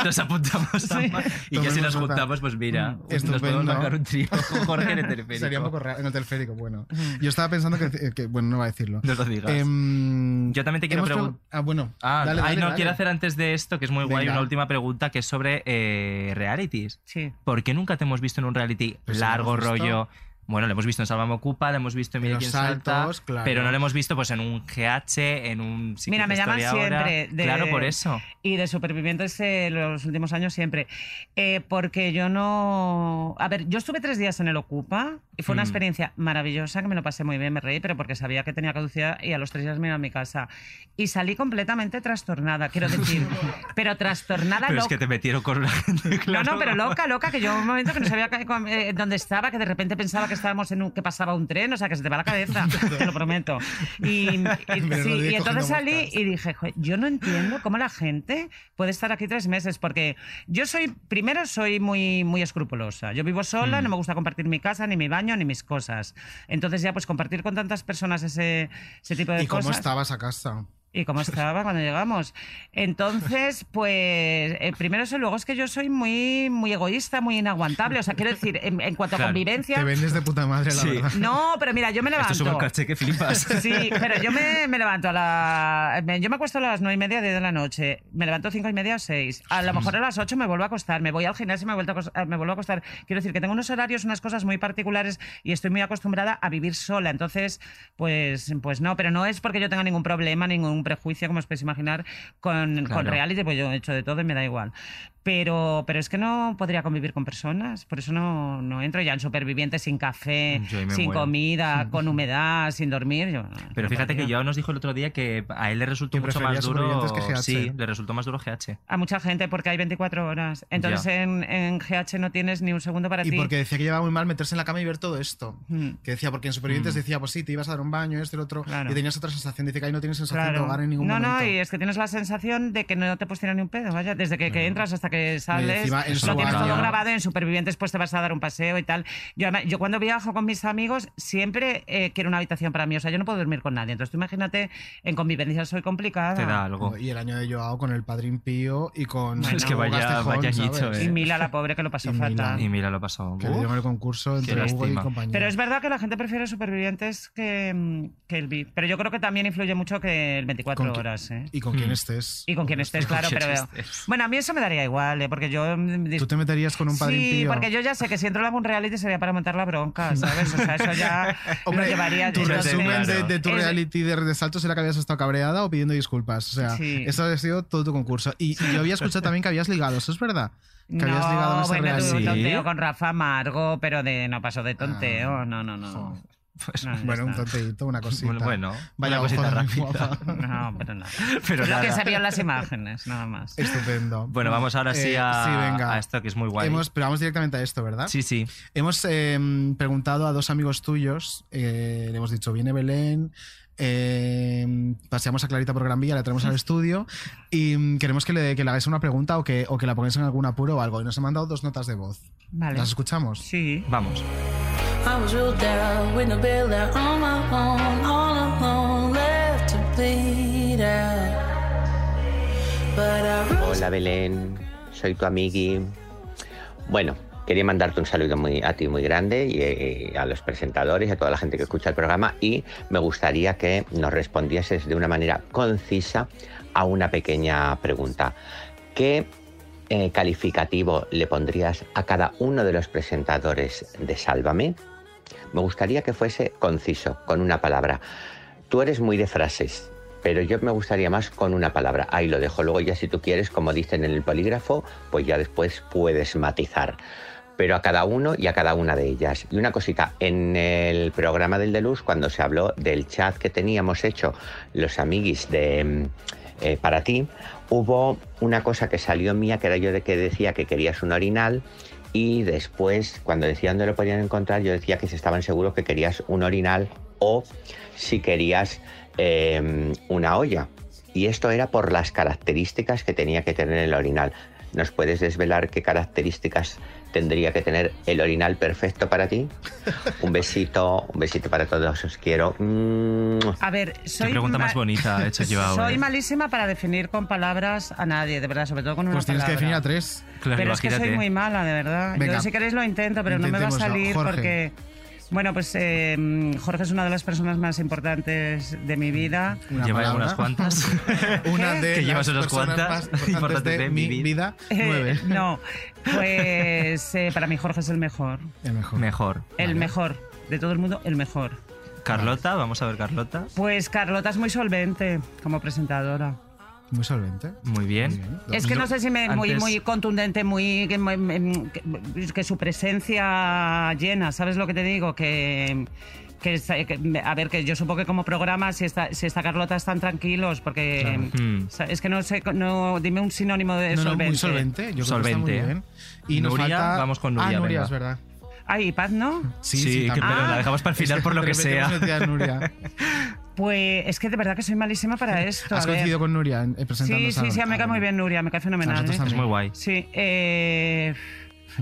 S1: Nos apuntamos a
S4: Sí.
S1: más. Y que si
S2: Tomemos
S1: nos
S2: nota. Mm,
S1: juntamos, pues mira, nos podemos
S2: Estupendo.
S1: marcar un trío con Jorge en el teleférico.
S2: Sería un poco raro. En el teleférico, bueno. Yo estaba pensando que. que- bueno, no va a decirlo.
S1: No lo digas.
S2: Em,
S1: Yo también te quiero
S2: hemos pregu-
S1: preguntar.
S2: Ah, bueno.
S1: Ah,
S2: dale,
S1: ay,
S2: dale,
S1: no,
S2: dale.
S1: quiero hacer antes de esto, que es muy guay,
S2: Venga.
S1: una última pregunta que es sobre eh, realities.
S4: Sí.
S1: ¿Por qué nunca te hemos visto en un reality
S2: Pues
S1: largo
S2: hemos visto-
S1: rollo? Bueno, lo hemos visto en Salva Ocupa, lo hemos visto en Mira
S2: los
S1: quién
S2: saltos,
S1: salta,
S2: claro.
S1: pero no lo hemos visto pues en un GH, en un Sí que
S4: Mira, me
S1: estoy
S4: llaman
S1: ahora.
S4: siempre. de-
S1: Claro, por eso.
S4: Y de supervivientes eh, los últimos años siempre. Eh, porque yo no. A ver, yo estuve tres días en el Ocupa y fue una
S1: Mm.
S4: experiencia maravillosa que me lo pasé muy bien, me reí, pero porque sabía que tenía caducidad y a los tres días me iba a mi casa. Y salí completamente trastornada, quiero decir. pero trastornada,
S1: Pero es
S4: loca.
S1: que te metieron con la gente, claro.
S4: No, no, pero loca, loca, que yo un momento que no sabía que- eh, dónde estaba, que de repente pensaba que estábamos en un, que pasaba un tren, o sea, que se te va la cabeza, te lo prometo. Y, y-
S2: Rodríguez
S4: sí, y
S2: cogiendo
S4: entonces salí
S2: moscas.
S4: y dije, "Jo, yo no entiendo cómo la gente puede estar aquí tres meses, porque yo soy, primero soy muy, muy escrupulosa. Yo vivo
S2: Mm.
S4: sola, no me gusta compartir mi casa, ni mi baño, ni mis cosas. Entonces ya, pues compartir con tantas personas ese, ese tipo de
S2: ¿Y
S4: Pues cosas.
S2: cómo estabas a casa?
S4: ¿Y cómo estaba cuando llegamos? Entonces, pues, eh, primero eso, luego es que yo soy muy, muy egoísta, muy inaguantable. O sea, quiero decir, en, en cuanto
S1: Claro,
S4: a convivencia.
S2: Te vendes de puta madre, la
S1: Sí.
S2: verdad.
S4: No, pero mira, yo me levanto.
S1: Esto sube un caché que flipas.
S4: Sí, pero yo me, me levanto a la. me- yo me acuesto a las nueve y media, 10 de la noche. Me levanto cinco y media o seis. A lo mejor a las 8 me vuelvo a acostar. Me voy al gimnasio y me, vuelto a acos- me vuelvo a acostar. Quiero decir que tengo unos horarios, unas cosas muy particulares y estoy muy acostumbrada a vivir sola. Entonces, pues, pues no, pero no es porque yo tenga ningún problema, ningún prejuicio, como os podéis imaginar, con, con
S1: Claro.
S4: reality, pues yo he hecho de todo y me da igual. Pero, pero es que no podría convivir con personas, por eso no, no entro ya en supervivientes sin café,
S1: Yo ahí me
S4: sin
S1: muero.
S4: comida, con humedad, sin dormir. yo-
S1: Pero
S4: no
S1: fíjate que
S4: podría.
S1: Joao nos dijo el otro día que a él le resultó
S2: Que
S1: mucho
S2: prefería
S1: más duro.
S2: supervivientes que GH.
S1: Sí, le resultó más duro GH.
S4: A mucha gente porque hay 24 horas. Entonces en, en GH no tienes ni un segundo para
S2: Y
S4: ti.
S2: porque decía que llevaba muy mal meterse en la cama y ver todo esto.
S4: Mm.
S2: Que decía, porque en Supervivientes
S1: Mm.
S2: decía, pues sí, te ibas a dar un baño, esto y lo otro,
S4: Claro.
S2: y tenías otra sensación. Dice que ahí no tienes sensación de
S4: Claro.
S2: hogar en ningún
S4: no,
S2: momento.
S4: no, y es que tienes la sensación de que no te puedes tirar ni un pedo, vaya, desde que, que entras hasta que sales,
S2: encima en su
S4: lo tienes
S1: baño.
S4: todo grabado, en Supervivientes pues te vas a dar un paseo y tal. Yo, además- yo cuando viajo con mis amigos siempre eh, quiero una habitación para mí, o sea, yo no puedo dormir con nadie, entonces tú imagínate, en convivencia soy complicada.
S1: Te da algo.
S2: Y el año de Joao con el Padrín Pío y con.
S1: Es que vaya-
S2: Gastejón,
S1: vaya
S2: ¿sabes?
S1: hito, eh.
S4: Y Mila, la pobre, que lo pasó
S2: Y Mila.
S4: fatal.
S1: Y mira, lo pasó.
S2: Que le dieron el concurso
S1: qué
S2: entre Hugo y
S1: lástima.
S2: compañía.
S4: Pero es verdad que la gente prefiere supervivientes que, mm, que el VIP. Pero yo creo que también influye mucho que el
S2: Con
S4: 24
S2: qui-
S4: horas. ¿eh?
S1: Mm.
S2: Y con quién estés.
S4: Y con quien estés, claro,
S1: quién
S4: pero
S1: estés.
S4: bueno, a mí eso me daría vale, porque yo... mm,
S2: ¿Tú te meterías con un padre
S4: Sí,
S2: impío?
S4: porque yo ya sé que si entro en algún reality sería para montar la bronca, ¿sabes? O sea, eso ya
S2: Hombre,
S4: lo llevaría...
S2: tu
S4: entonces-
S2: resumen de, de tu
S4: Es-
S2: reality de, de saltos era que habías estado cabreada o pidiendo disculpas. O sea,
S4: Sí.
S2: eso ha sido todo tu concurso. Y, y yo había escuchado también que habías ligado, ¿eso es verdad? Que habías ligado en
S4: No,
S2: ese
S4: bueno,
S2: reality.
S4: tuve un tonteo con Rafa Amargo, pero de no pasó de tonteo, no, no, no. No, ya
S2: Ah, pues, bueno, un
S4: está.
S2: tonteíto, una cosita.
S4: Bueno, bueno,
S2: vaya
S4: una cosita
S2: ojo de mi
S4: rápida.
S2: guapa.
S4: No, pero no. Lo que se vio en las imágenes, nada más.
S2: Estupendo.
S1: Bueno, vamos ahora sí
S2: Eh,
S1: a,
S2: sí, venga.
S1: a esto que es muy guay.
S2: Hemos- pero vamos directamente a esto, ¿verdad?
S1: Sí, sí.
S2: Hemos eh, preguntado a dos amigos tuyos, eh, le hemos dicho, viene Belén, eh, paseamos a Clarita por Gran Vía, la traemos al estudio y mm, queremos que le, que le hagáis una pregunta o que, o que la pongáis en algún apuro o algo. Y nos han mandado dos notas de voz.
S4: Vale.
S2: ¿Las escuchamos?
S4: Sí.
S1: Vamos.
S12: I was ruled down with no bill there on my own, all alone, left to bleed out. But I rose
S13: Hola Belén, soy tu amigui. Bueno, quería mandarte un saludo muy, a ti muy grande y eh, a los presentadores, a toda la gente que escucha el programa y me gustaría que nos respondieses de una manera concisa a una pequeña pregunta. ¿Qué eh, calificativo le pondrías a cada uno de los presentadores de Sálvame? Me gustaría que fuese conciso, con una palabra. Tú eres muy de frases, pero yo me gustaría más con una palabra. Ahí lo dejo. Luego ya si tú quieres, como dicen en el polígrafo, pues ya después puedes matizar. Pero a cada uno y a cada una de ellas. Y una cosita, en el programa del Deluz, cuando se habló del chat que teníamos hecho los amiguis de, mm, eh, para ti, hubo una cosa que salió mía, que era yo de que decía que querías un orinal y después, cuando decía dónde lo podían encontrar, yo decía que si estaban seguros que querías un orinal o si querías eh, una olla. Y esto era por las características que tenía que tener el orinal. ¿Nos puedes desvelar qué características tendría que tener el orinal perfecto para ti? Un besito, un besito para todos, os quiero. Mm.
S4: A ver, soy
S13: pregunta más bonita he hecho yo ahora,
S4: Soy
S13: eh.
S4: malísima para definir con palabras a nadie, de verdad, sobre todo con una
S2: Pues tienes que
S4: palabra.
S2: definir a tres.
S4: pero es que soy muy mala, de verdad. Yo,
S2: Venga.
S4: si queréis lo intento, pero no me va a
S2: Intentémoslo.
S4: salir
S2: Jorge.
S4: porque... Bueno, pues eh, Jorge es una de las personas más importantes de mi vida.
S1: Lleva unas cuantas.
S2: una de
S1: que llevas
S2: las
S1: unas
S2: personas más
S1: cuantas
S2: importantes
S1: importantes
S2: de
S1: de
S2: mi
S1: mi
S2: vida.
S4: Eh,
S2: Nueve.
S4: no, pues eh, para mí Jorge es el mejor.
S2: El mejor.
S1: Mejor.
S4: El mejor. De todo el mundo, el mejor.
S1: Carlota, vamos a ver Carlota.
S4: Pues Carlota es muy solvente como presentadora.
S2: Muy solvente.
S1: Muy bien.
S4: Es que no sé si me muy,
S1: Antes-
S4: muy contundente, muy que, muy- muy- que- que su presencia llena, ¿sabes lo que te digo? Que, que está- que- a ver, que yo supongo que como programa si está, si está Carlota están tranquilos porque
S2: Claro. Mm.
S4: o sea,
S1: Hmm.
S4: es que no sé, no dime un sinónimo de
S2: No, no,
S4: solvente.
S2: muy solvente. Yo creo que está muy bien. Y nos
S1: Nuria,
S2: falta...
S1: vamos con
S2: Ah,
S1: Nuria,
S2: Nuria,
S1: venga.
S2: es verdad.
S4: Ay, Ah, Paz, ¿no?
S1: Sí, que- pero la dejamos para el final por lo que sea.
S4: Pues es que de verdad que soy malísima para esto.
S2: Has
S4: a ver.
S2: coincidido con Nuria en- eh, presentando
S4: Sí, sí,
S2: Sálvame.
S4: sí, me cae muy bien Nuria, me cae fenomenal.
S2: Nosotros
S4: ¿eh?
S2: también. Es muy guay.
S4: Sí, eh,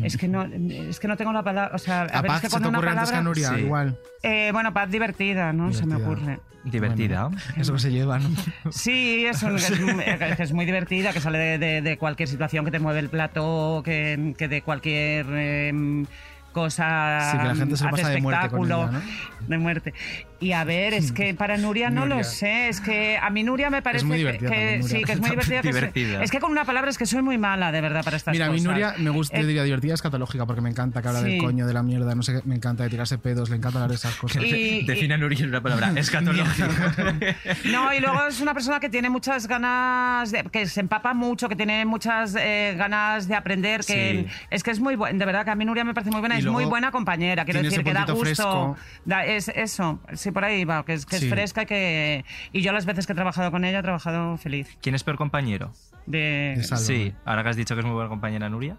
S4: es que no, es que no tengo la palabra, o sea, a,
S2: A
S4: ver,
S2: Paz
S4: es que
S2: se
S4: con
S2: te
S4: una
S2: ocurre
S4: palabra.
S2: antes que a Nuria,
S4: Sí.
S2: igual.
S4: Eh, bueno, Paz divertida, ¿no? Se me ocurre.
S1: Divertida.
S2: eso que se lleva, ¿no?
S4: Sí, es, un- es un- que es muy divertida, que sale de, de- de cualquier situación que te mueve el plato, que, que de cualquier em, cosa.
S2: Sí, que la gente se lo
S4: hace
S2: pasa de muerte con
S4: espectáculo,
S2: ella,
S4: de muerte. Y a ver, es que para Nuria no lo
S2: Nuria.
S4: sé, es que a mí Nuria me parece
S2: muy
S4: que-
S2: divertida
S4: que,
S2: también, Nuria.
S4: sí, que es muy divertida. que soy-
S2: Divertida.
S4: es que con una palabra es que soy muy mala, de verdad, para estas
S2: Mira, a
S4: cosas.
S2: mí Nuria me gusta,
S4: Eh,
S2: yo diría divertida, es catológica, porque me encanta que habla
S4: Sí.
S2: del coño, de la mierda, no sé qué, me encanta de tirarse pedos, le encanta hablar de esas cosas.
S4: Y- y-
S1: Define a Nuria en una palabra. Escatológica.
S4: No, y luego es una persona que tiene muchas ganas, de- que se empapa mucho, que tiene muchas eh, ganas de aprender, que
S2: Sí.
S4: es que es muy buena, de verdad que a mí Nuria me parece muy buena,
S2: Y
S4: es muy
S2: luego
S4: buena compañera, quiero
S2: tiene
S4: decir
S2: ese
S4: que da
S2: puntito
S4: gusto,
S2: fresco.
S4: da- es eso, sí, por ahí va, que es, que
S1: Sí.
S4: es fresca y que... Y yo las veces que he trabajado con ella he trabajado feliz.
S1: ¿Quién es peor compañero?
S4: De,
S1: Sí, ahora que has dicho que es muy buena compañera Nuria.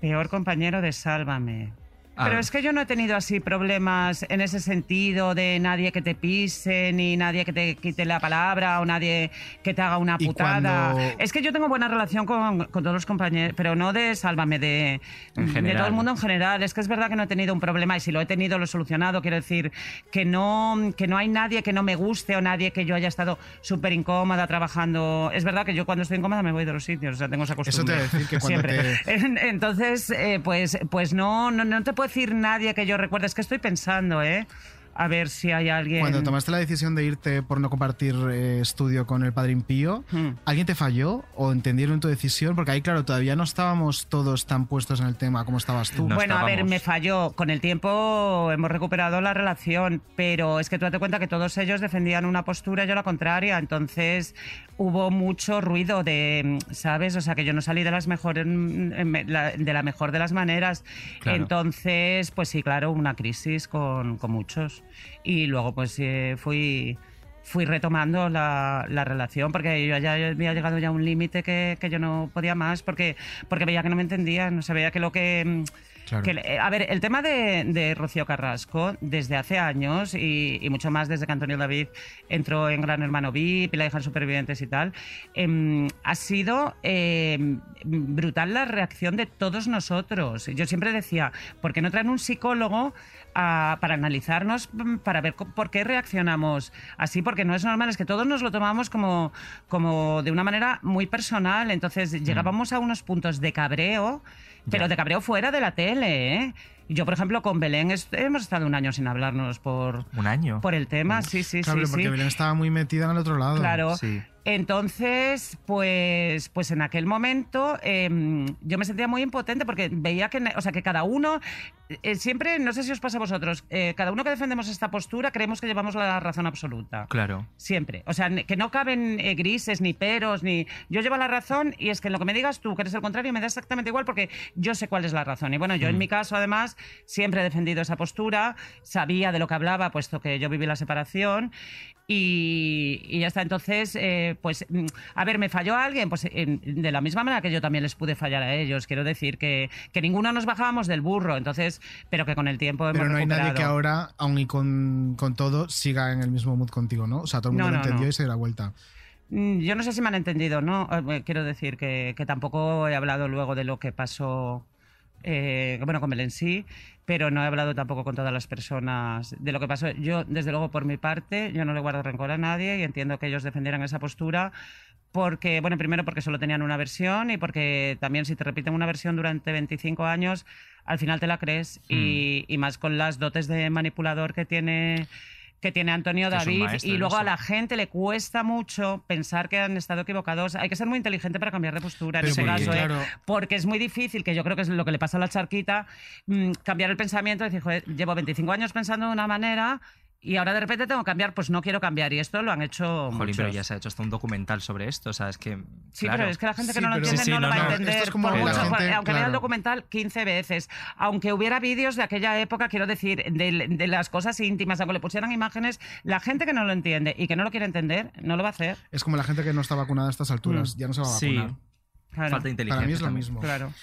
S4: Peor compañero de Sálvame.
S2: Ah.
S1: A
S4: Pero
S1: ver.
S4: es que yo no he tenido así problemas en ese sentido de nadie que te pise, ni nadie que te quite la palabra, o nadie que te haga una
S14: Y
S4: putada.
S14: cuando-
S4: Es que yo tengo buena relación con, con todos los compañeros, pero no de Sálvame, de,
S1: En
S4: de
S1: general.
S4: todo el mundo en general. Es que es verdad que no he tenido un problema y si lo he tenido lo he solucionado. Quiero decir que no, que no hay nadie que no me guste o nadie que yo haya estado súper incómoda trabajando. Es verdad que yo cuando estoy incómoda me voy de los sitios, o sea, tengo esa costumbre.
S2: Eso te iba a decir que cuando
S4: Siempre. En- Entonces, eh, pues, pues no, no, no te puedo decir nadie que yo recuerde. Es que estoy pensando, ¿eh? a ver si hay alguien.
S2: Cuando tomaste la decisión de irte por no compartir eh, estudio con el Padrín Pío,
S4: Hmm.
S2: ¿alguien te falló o entendieron tu decisión? Porque ahí, claro, todavía no estábamos todos tan puestos en el tema como estabas tú.
S4: bueno, a ver, me falló. Con el tiempo hemos recuperado la relación, pero es que tú date cuenta que todos ellos defendían una postura y yo la contraria. Entonces hubo mucho ruido de, ¿sabes? O sea, que yo no salí de las mejores, de la mejor de las maneras.
S14: Claro.
S4: Entonces, pues sí, claro, una crisis con, con muchos. Y luego, pues eh, fui fui retomando la, la relación porque yo ya había llegado ya a un límite que, que yo no podía más porque, porque veía que no me entendían, o sea, veía que lo que... mm,
S15: Claro.
S4: que le- a ver, el tema de, de Rocío Carrasco, desde hace años y, y mucho más desde que Antonio David entró en Gran Hermano VIP y la hija en Supervivientes y tal, em, ha sido em, brutal la reacción de todos nosotros. Yo siempre decía, ¿por qué no traen un psicólogo a- para analizarnos, mm, para ver co- por qué reaccionamos así? Porque no es normal, es que todos nos lo tomamos como, como de una manera muy personal. Entonces llegábamos a unos puntos de cabreo, pero de cabreo fuera de la tele, ¿eh? Yo, por ejemplo, con Belén est- hemos estado un año sin hablarnos por,
S1: Un año.
S4: por el tema, sí, sí,
S2: claro,
S4: sí.
S2: porque
S4: sí.
S2: Belén estaba muy metida en el otro lado.
S4: Claro. Entonces, pues, pues en aquel momento em, yo me sentía muy impotente porque veía que, ne- o sea, que cada uno, eh, siempre, no sé si os pasa a vosotros, eh, cada uno que defendemos esta postura creemos que llevamos la razón absoluta.
S1: Claro.
S4: Siempre. O sea, ne- que no caben eh, grises, ni peros, ni. Yo llevo la razón y es que lo que me digas tú, que eres el contrario, me da exactamente igual porque yo sé cuál es la razón. Y bueno, yo en
S16: Mm.
S4: mi caso, además, siempre he defendido esa postura, sabía de lo que hablaba, puesto que yo viví la separación. Y, y ya está. Entonces, eh, pues, mm, a ver, ¿me falló alguien? Pues en- de la misma manera que yo también les pude fallar a ellos. Quiero decir que, que ninguno nos bajábamos del burro, entonces, pero que con el tiempo hemos
S2: Pero no hay nadie que
S4: recuperado.
S2: ahora, aun y con, con todo, siga en el mismo mood contigo, ¿no? O sea, todo el mundo
S4: No,
S2: lo
S4: no,
S2: entendió
S4: no.
S2: y se dio la vuelta.
S4: Mm, Yo no sé si me han entendido, ¿no? Eh, Quiero decir que, que tampoco he hablado luego de lo que pasó, eh, bueno, con Belén sí, pero no he hablado tampoco con todas las personas de lo que pasó. Yo, desde luego, por mi parte, yo no le guardo rencor a nadie y entiendo que ellos defendieran esa postura porque, bueno, primero porque solo tenían una versión y porque también si te repiten una versión durante 25 años, al final te la crees
S16: Hmm.
S4: y, y más con las dotes de manipulador que tiene que tiene Antonio
S16: Que es un
S4: David
S16: maestro
S4: y
S16: en
S4: luego a
S16: eso.
S4: la gente le cuesta mucho pensar que han estado equivocados. Hay que ser muy inteligente para cambiar de postura en
S16: Pero
S4: ese
S16: porque,
S4: caso, ¿eh?
S16: claro.
S4: porque es muy difícil, que yo creo que es lo que le pasa a la charquita, mm, cambiar el pensamiento, decir, "Joder, llevo 25 años pensando de una manera y ahora de repente tengo que cambiar, pues no quiero cambiar y esto lo han hecho
S1: Jolín, pero
S4: muchos.
S1: ya se ha hecho hasta un documental sobre esto, o sea, es que...
S4: Sí,
S1: claro.
S4: pero es que la gente que
S1: Sí,
S4: no lo
S1: pero-
S4: entiende
S1: Sí, sí,
S4: no lo va a
S1: no.
S4: entender.
S1: Esto es como
S4: por
S1: la
S4: mucho-
S1: gente-
S4: aunque vea el
S1: claro.
S4: documental 15 veces, aunque hubiera vídeos de aquella época, quiero decir, de, de las cosas íntimas, aunque le pusieran imágenes, la gente que no lo entiende y que no lo quiere entender, no lo va a hacer.
S2: Es como la gente que no está vacunada a estas alturas,
S4: Mm.
S2: ya no se va a
S4: Sí.
S2: vacunar.
S4: Claro. Falta de inteligencia
S2: Para mí es lo
S4: también.
S2: mismo.
S4: Claro.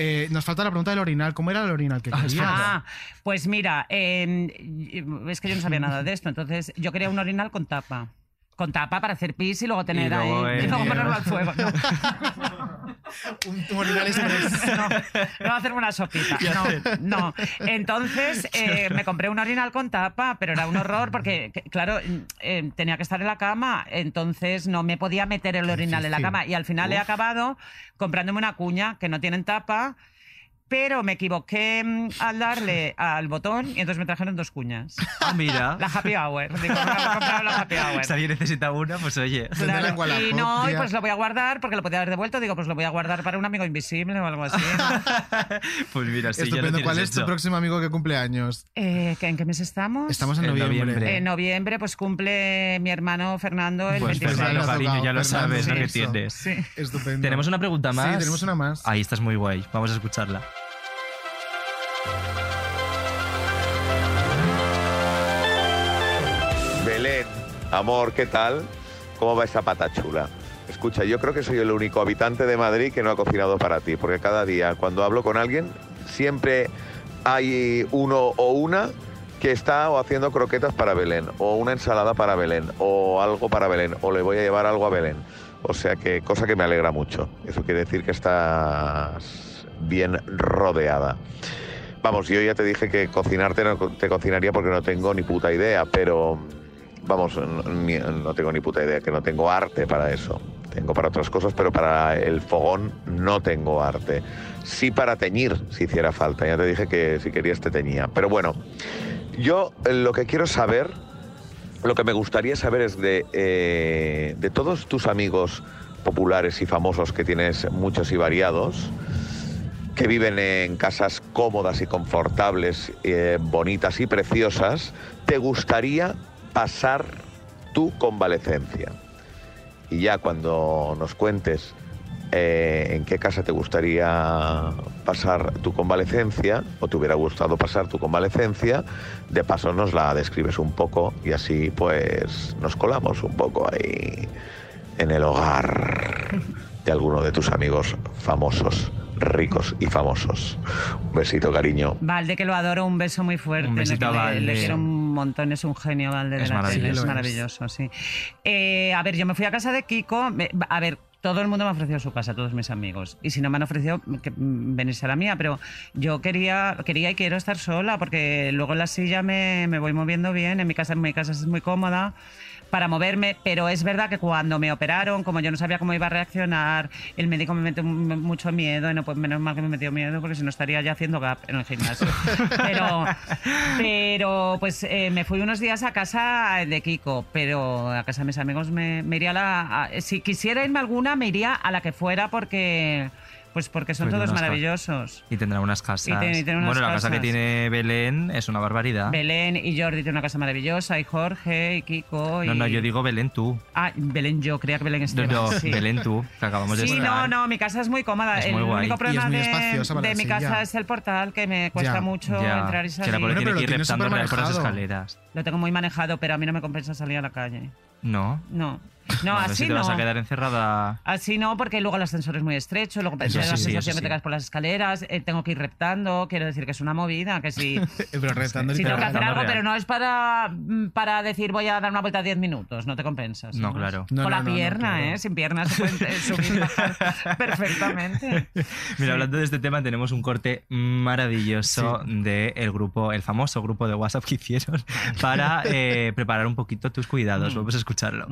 S2: Eh, nos falta la pregunta del orinal. ¿Cómo era el orinal que querías?
S4: Ah, pues mira, eh, es que yo no sabía nada de esto, entonces yo quería un orinal con tapa. Con tapa para hacer pis y luego tener
S2: luego
S4: ahí.
S2: el
S4: Y luego
S2: miedo.
S4: ponerlo al fuego. No,
S2: Un orinal express.
S4: no, no hacerme una sopita.
S2: Ya
S4: No,
S2: sé.
S4: no. Entonces eh, me compré un orinal con tapa, pero era un horror porque, que- claro, eh, tenía que estar en la cama, entonces no me podía meter el orinal en la
S16: difícil.
S4: cama. Y al final he
S16: Uf.
S4: acabado comprándome una cuña que no tienen tapa. Pero me equivoqué mm, al darle al botón y entonces me trajeron dos cuñas.
S1: Ah, mira.
S4: La happy hour. Digo, me voy a comprar la happy hour.
S1: Si alguien necesita una, pues oye.
S4: Claro, Y no, y pues lo voy a guardar porque lo podía haber devuelto. Digo, pues lo voy a guardar para un amigo invisible o algo así.
S1: Pues mira, sí, ya lo
S2: Estupendo.
S1: tienes
S2: ¿Cuál es tu
S1: hecho.
S2: próximo amigo que cumple años?
S4: Eh, ¿que- ¿En qué mes estamos?
S2: Estamos en En noviembre. noviembre.
S4: En noviembre, pues cumple mi hermano Fernando el
S1: Pues
S4: 26.
S1: Fernando, cariño, ya lo
S2: Fernando,
S1: sabes lo que
S2: eso.
S1: tienes.
S2: Estupendo.
S1: Tenemos una pregunta
S2: Sí,
S1: más.
S2: tenemos una más.
S1: Ahí estás muy guay. Vamos a escucharla.
S17: Belén, amor, ¿qué tal? ¿Cómo va esa pata chula? Escucha, yo creo que soy el único habitante de Madrid que no ha cocinado para ti, porque cada día cuando hablo con alguien siempre hay uno o una que está o haciendo croquetas para Belén, o una ensalada para Belén, o algo para Belén, o le voy a llevar algo a Belén. O sea que cosa que me alegra mucho. Eso quiere decir que estás bien rodeada. Vamos, yo ya te dije que cocinarte no te cocinaría porque no tengo ni puta idea, pero vamos, n- ni- no tengo ni puta idea, que no tengo arte para eso. Tengo para otras cosas, pero para el fogón no tengo arte. Sí para teñir, si hiciera falta. Ya te dije que si querías te teñía. Pero bueno, Yo eh, lo que quiero saber, lo que me gustaría saber es de, eh, de todos tus amigos populares y famosos que tienes muchos y variados, que viven en casas cómodas y confortables, eh, bonitas y preciosas, ¿te gustaría pasar tu convalecencia? Y ya cuando nos cuentes eh, en qué casa te gustaría pasar tu convalecencia o te hubiera gustado pasar tu convalecencia, de paso nos la describes un poco y así pues nos colamos un poco ahí en el hogar de alguno de tus amigos famosos, ricos y famosos. Un besito, cariño.
S4: Valde, que lo adoro, un beso muy fuerte.
S1: Un besito
S4: Le-
S1: a Valde.
S4: Le, quiero un montón, es un genio, Valde. de
S1: Es
S4: la tele,
S1: maravilloso.
S4: es maravilloso, sí. Eh, a ver, yo me fui a casa de Kiko. me- a ver, todo el mundo me ha ofrecido su casa, todos mis amigos. Y si no me han ofrecido que, mm, venirse a la mía, pero yo quería, quería y quiero estar sola, porque luego en la silla me, me voy moviendo bien. En mi casa, en mi casa es muy cómoda para moverme, pero es verdad que cuando me operaron, como yo no sabía cómo iba a reaccionar, el médico me metió m- mucho miedo, y no, pues menos mal que me metió miedo, porque si no estaría ya haciendo gap en el gimnasio. pero, pero pues eh, me fui unos días a casa de Kiko, pero a casa de mis amigos me, me iría a la... a- si quisiera irme a alguna, me iría a la que fuera, porque... Pues porque son
S1: Pues
S4: todos
S1: unas ca-
S4: maravillosos.
S1: Y tendrá unas casas.
S4: Y tiene- y tiene unas
S1: bueno, la casa que
S4: casas.
S1: tiene Belén es una barbaridad.
S4: Belén y Jordi tienen una casa maravillosa, y Jorge, y Kiko. Y...
S1: No, no, yo digo Belén tú.
S4: Ah, Belén, yo creía que Belén
S1: No,
S4: Esteban.
S1: no,
S4: sí.
S1: Belén tú, que acabamos de
S4: Sí,
S1: estar.
S4: no, no, mi casa es muy cómoda.
S1: Es
S4: el
S1: muy guay.
S4: único
S1: Y
S4: problema
S1: es muy
S4: de-
S1: espaciosa
S4: de,
S1: para
S4: mi
S1: sí,
S4: casa
S1: ya.
S4: es el portal, que me cuesta
S1: Ya,
S4: mucho
S1: ya.
S4: entrar y salir.
S1: Que la pobre tiene que ir reptando por las escaleras.
S4: Lo tengo muy manejado, pero a mí no me compensa salir a la calle.
S1: No.
S4: No. No,
S1: Vale,
S4: así
S1: si te
S4: no.
S1: vas a quedar encerrada.
S4: Así no, porque luego el ascensor es muy estrecho, luego te
S1: Eso
S4: da la
S1: sí,
S4: sensación
S1: eso
S4: que
S1: sí.
S4: te caes por las escaleras, eh, tengo que ir reptando, quiero decir que es una movida, que si,
S2: Pero retando
S4: si tengo que
S2: literal.
S4: hacer algo, pero no es para, mm, para decir voy a dar una vuelta 10 minutos, no te compensas.
S1: No, claro.
S4: Con
S1: No, no,
S4: la
S1: no, no,
S4: pierna,
S1: claro.
S4: ¿eh? Sin piernas se pueden, eh, subir y bajar perfectamente.
S1: Mira, hablando de este tema, tenemos un corte maravilloso del grupo, el famoso grupo de WhatsApp que hicieron para eh, preparar un poquito tus
S4: Mm.
S1: cuidados. Vamos a escucharlo.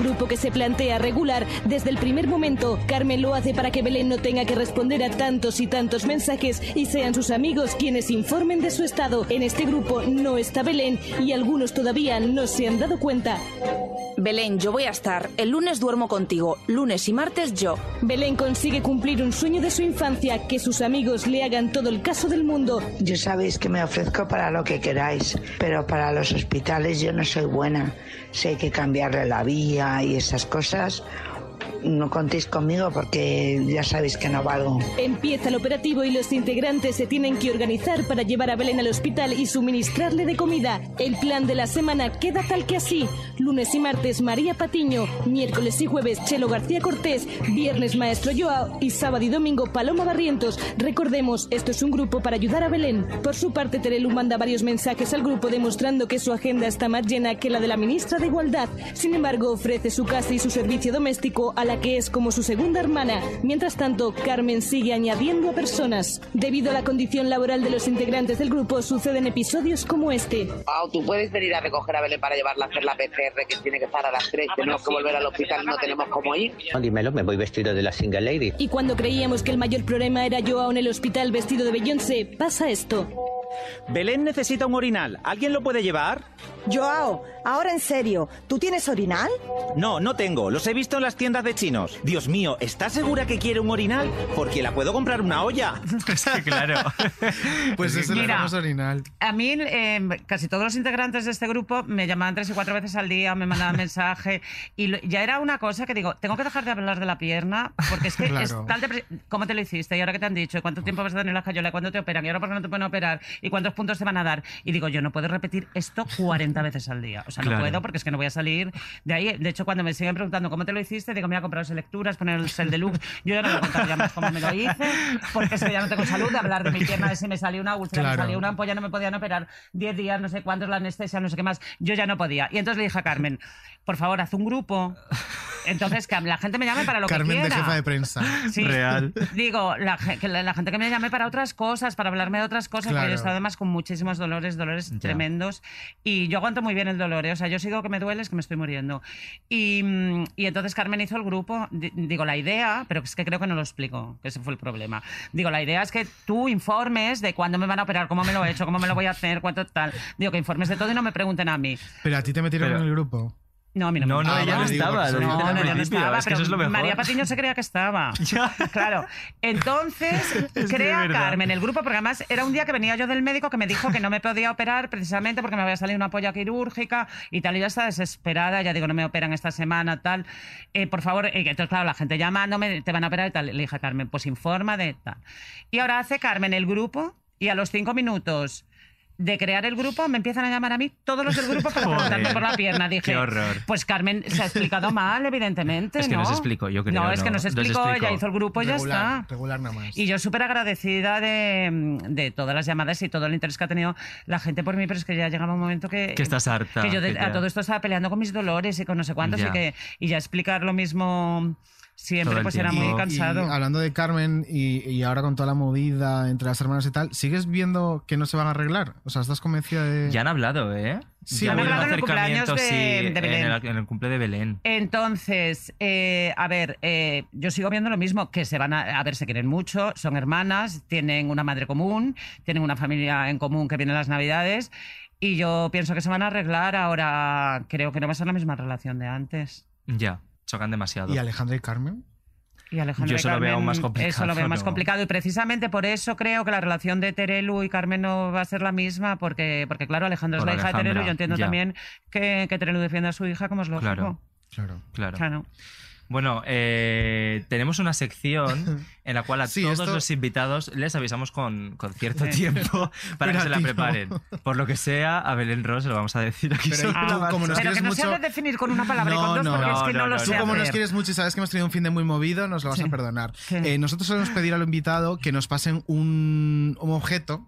S14: Grupo que se plantea regular desde el primer momento. Carmen lo hace para que Belén no tenga que responder a tantos y tantos mensajes y sean sus amigos quienes informen de su estado. En este grupo no está Belén y algunos todavía no se han dado cuenta.
S15: Belén, yo voy a estar. El lunes duermo contigo. Lunes y martes yo.
S14: Belén consigue cumplir un sueño de su infancia, que sus amigos le hagan todo el caso del mundo.
S16: Yo sabéis que me ofrezco para lo que queráis, pero para los hospitales yo no soy buena. Si hay que cambiarle la vía y esas cosas, no contéis conmigo porque ya sabéis que no valgo.
S14: Empieza el operativo y los integrantes se tienen que organizar para llevar a Belén al hospital y suministrarle de comida. El plan de la semana queda tal que así. Lunes y martes María Patiño, miércoles y jueves Chelo García Cortés, viernes Maestro Joao y sábado y domingo Paloma Barrientos. Recordemos, esto es un grupo para ayudar a Belén. Por su parte, Terelu manda varios mensajes al grupo demostrando que su agenda está más llena que la de la ministra de Igualdad. Sin embargo, ofrece su casa y su servicio doméstico a la que es como su segunda hermana. Mientras tanto, Carmen sigue añadiendo a personas. Debido a la condición laboral de los integrantes del grupo, suceden episodios como este.
S18: Pau, tú puedes venir a recoger a Belén para llevarla a hacer la PCR, que tiene que estar a las 3, tenemos que volver al hospital, no tenemos cómo ir.
S13: No, dímelo, me voy vestido de la single lady.
S14: Y cuando creíamos que el mayor problema era Joao en el hospital vestido de Beyoncé, pasa esto.
S19: Belén necesita un orinal. ¿Alguien lo puede llevar?
S20: Joao, ahora en serio, ¿tú tienes orinal?
S19: No, no tengo. Los he visto en las tiendas de chinos. Dios mío, ¿estás segura que quiere un orinal? Porque la puedo comprar una olla.
S1: claro.
S2: Pues es el
S4: Mira.
S2: famoso orinal.
S4: A mí, eh, casi todos los integrantes de este grupo me llamaban tres y cuatro veces al día, me mandaban mensaje. Y lo- ya era una cosa que digo, tengo que dejar de hablar de la pierna, porque es que es
S21: Claro.
S4: tal depre- ¿Cómo te lo hiciste? ¿Y ahora qué te han dicho? ¿Y cuánto tiempo vas a tener la cayola? ¿Y cuándo te operan? ¿Y ahora por qué no te pueden operar? ¿Y cuántos puntos te van a dar? Y digo, yo no puedo repetir esto 40 veces al día. O sea,
S21: Claro.
S4: no puedo porque es que no voy a salir de ahí. De hecho, cuando me siguen preguntando cómo te lo hiciste, digo, me voy a comprar lecturas, poner el sel deluxe. Yo ya no voy a contar ya más cómo me lo hice, porque es que ya no tengo salud de hablar de mi pierna, de si me salió una úlcera, me
S21: Claro.
S4: salió una ampolla, no me podían operar 10 días, no sé cuántos, la anestesia, no sé qué más. Yo ya no podía. Y entonces le dije a Carmen, por favor, haz un grupo Entonces, que la gente me llame para lo que
S2: Carmen
S4: quiera.
S2: de jefa de prensa.
S4: Sí. Digo, la, ge- que la- la gente que me llame para otras cosas, para hablarme de otras cosas, porque
S2: Claro.
S4: yo he estado además con muchísimos dolores, dolores
S2: Ya.
S4: tremendos, y yo aguanto muy bien el dolor, ¿eh? o sea, yo sigo que me duele, es que me estoy muriendo. Y, mm, y entonces Carmen hizo el grupo, di- digo, la idea, pero es que creo que no lo explico, que ese fue el problema. Digo, la idea es que tú informes de cuándo me van a operar, cómo me lo he hecho, cómo me lo voy a hacer, cuánto tal. Digo, que informes de todo y no me pregunten a mí.
S2: Pero a ti te metieron
S4: Pero-
S2: en el grupo.
S4: No, a mí no,
S2: No,
S4: me
S2: no,
S4: metieron.
S2: ella no Ah, vale, digo, estaba, porque lo
S4: No,
S2: dicen al
S4: no, ella no
S2: principio,
S4: estaba,
S2: es que
S4: pero
S2: eso es lo mejor.
S4: María Patiño se creía que estaba. claro. Entonces,
S2: Es que
S4: crea
S2: es verdad.
S4: Carmen el grupo, porque además era un día que venía yo del médico que me dijo que no me podía operar precisamente porque me había salido una polla quirúrgica y tal, y ya está desesperada, ya digo, no me operan esta semana, tal. Eh, por favor, eh, entonces, claro, la gente llamándome, te van a operar y tal. Le dije a Carmen, pues informa de tal. Y ahora hace Carmen el grupo y a los cinco minutos de crear el grupo me empiezan a llamar a mí todos los del grupo para
S1: Joder.
S4: preguntarme por la pierna. Dije,
S1: Qué horror.
S4: pues Carmen se ha explicado mal, evidentemente.
S1: Es que
S4: ¿no?
S1: no se explicó, yo creo,
S4: No, es
S1: no,
S4: que no se
S1: no se
S4: explicó, ella
S1: explicó.
S4: hizo el grupo y ya está.
S2: Regular nada más.
S4: Y yo súper agradecida de, de todas las llamadas y todo el interés que ha tenido la gente por mí, pero es que ya llegaba un momento que...
S1: Que estás harta,
S4: Que yo de-
S1: que
S4: a
S1: ya-
S4: todo esto estaba peleando con mis dolores y con no sé cuántos
S1: Ya.
S4: y, que, y ya explicar lo mismo
S1: Todo
S4: siempre
S1: el
S4: pues era muy
S2: Y-
S4: cansado.
S2: y hablando de Carmen y, y ahora con toda la movida entre las hermanas y tal, ¿sigues viendo que no se van a arreglar? O sea, ¿estás convencida de...?
S1: Ya han hablado, ¿eh?
S2: Sí,
S1: Ya ha
S2: han
S1: habido
S2: hablado en el
S1: acercamiento,
S4: cumpleaños de-
S1: sí,
S4: de Belén.
S1: En, el, en el cumple de Belén.
S4: Entonces, eh, a ver, eh, yo sigo viendo lo mismo, que se van a, a ver, se quieren mucho, son hermanas, tienen una madre común, tienen una familia en común que viene las navidades, y yo pienso que se van a arreglar ahora, creo que no va a ser la misma relación de antes.
S1: Ya, chocan demasiado.
S2: ¿Y Alejandra y Carmen?
S4: Y Alejandro
S1: Yo
S4: y
S1: eso lo veo
S4: Carmen,
S1: más complicado,
S4: Eso lo veo más
S1: ¿no?
S4: complicado. Y precisamente por eso creo que la relación de Terelu y Carmen no va a ser la misma, porque, porque claro, Alejandro
S1: Por
S4: es la hija de
S1: Alejandra,
S4: Terelu. Yo entiendo
S1: ya.
S4: también que, que Terelu defienda a su hija, como es lógico.
S1: Claro,
S2: claro.
S1: Claro.
S4: Claro.
S1: Bueno, eh, tenemos una sección en la cual a
S2: Sí,
S1: todos
S2: esto-
S1: los invitados les avisamos con, con cierto
S2: Sí.
S1: tiempo para
S2: Pero
S1: que
S2: a
S1: se la
S2: ti no.
S1: preparen. Por lo que sea, a Belén Ross se lo vamos a decir aquí.
S2: Pero
S1: sobre
S2: tú,
S1: la
S2: como nos
S1: marcha.
S4: Pero que no se
S2: mucho-
S4: ha de definir con una palabra y con dos, porque es que no, lo sé.
S2: Tú como
S4: hacer.
S2: nos quieres mucho y sabes que hemos tenido un fin de muy movido, nos lo vas a perdonar.
S4: Sí.
S2: Eh, nosotros solemos pedir al invitado que nos pasen un, un objeto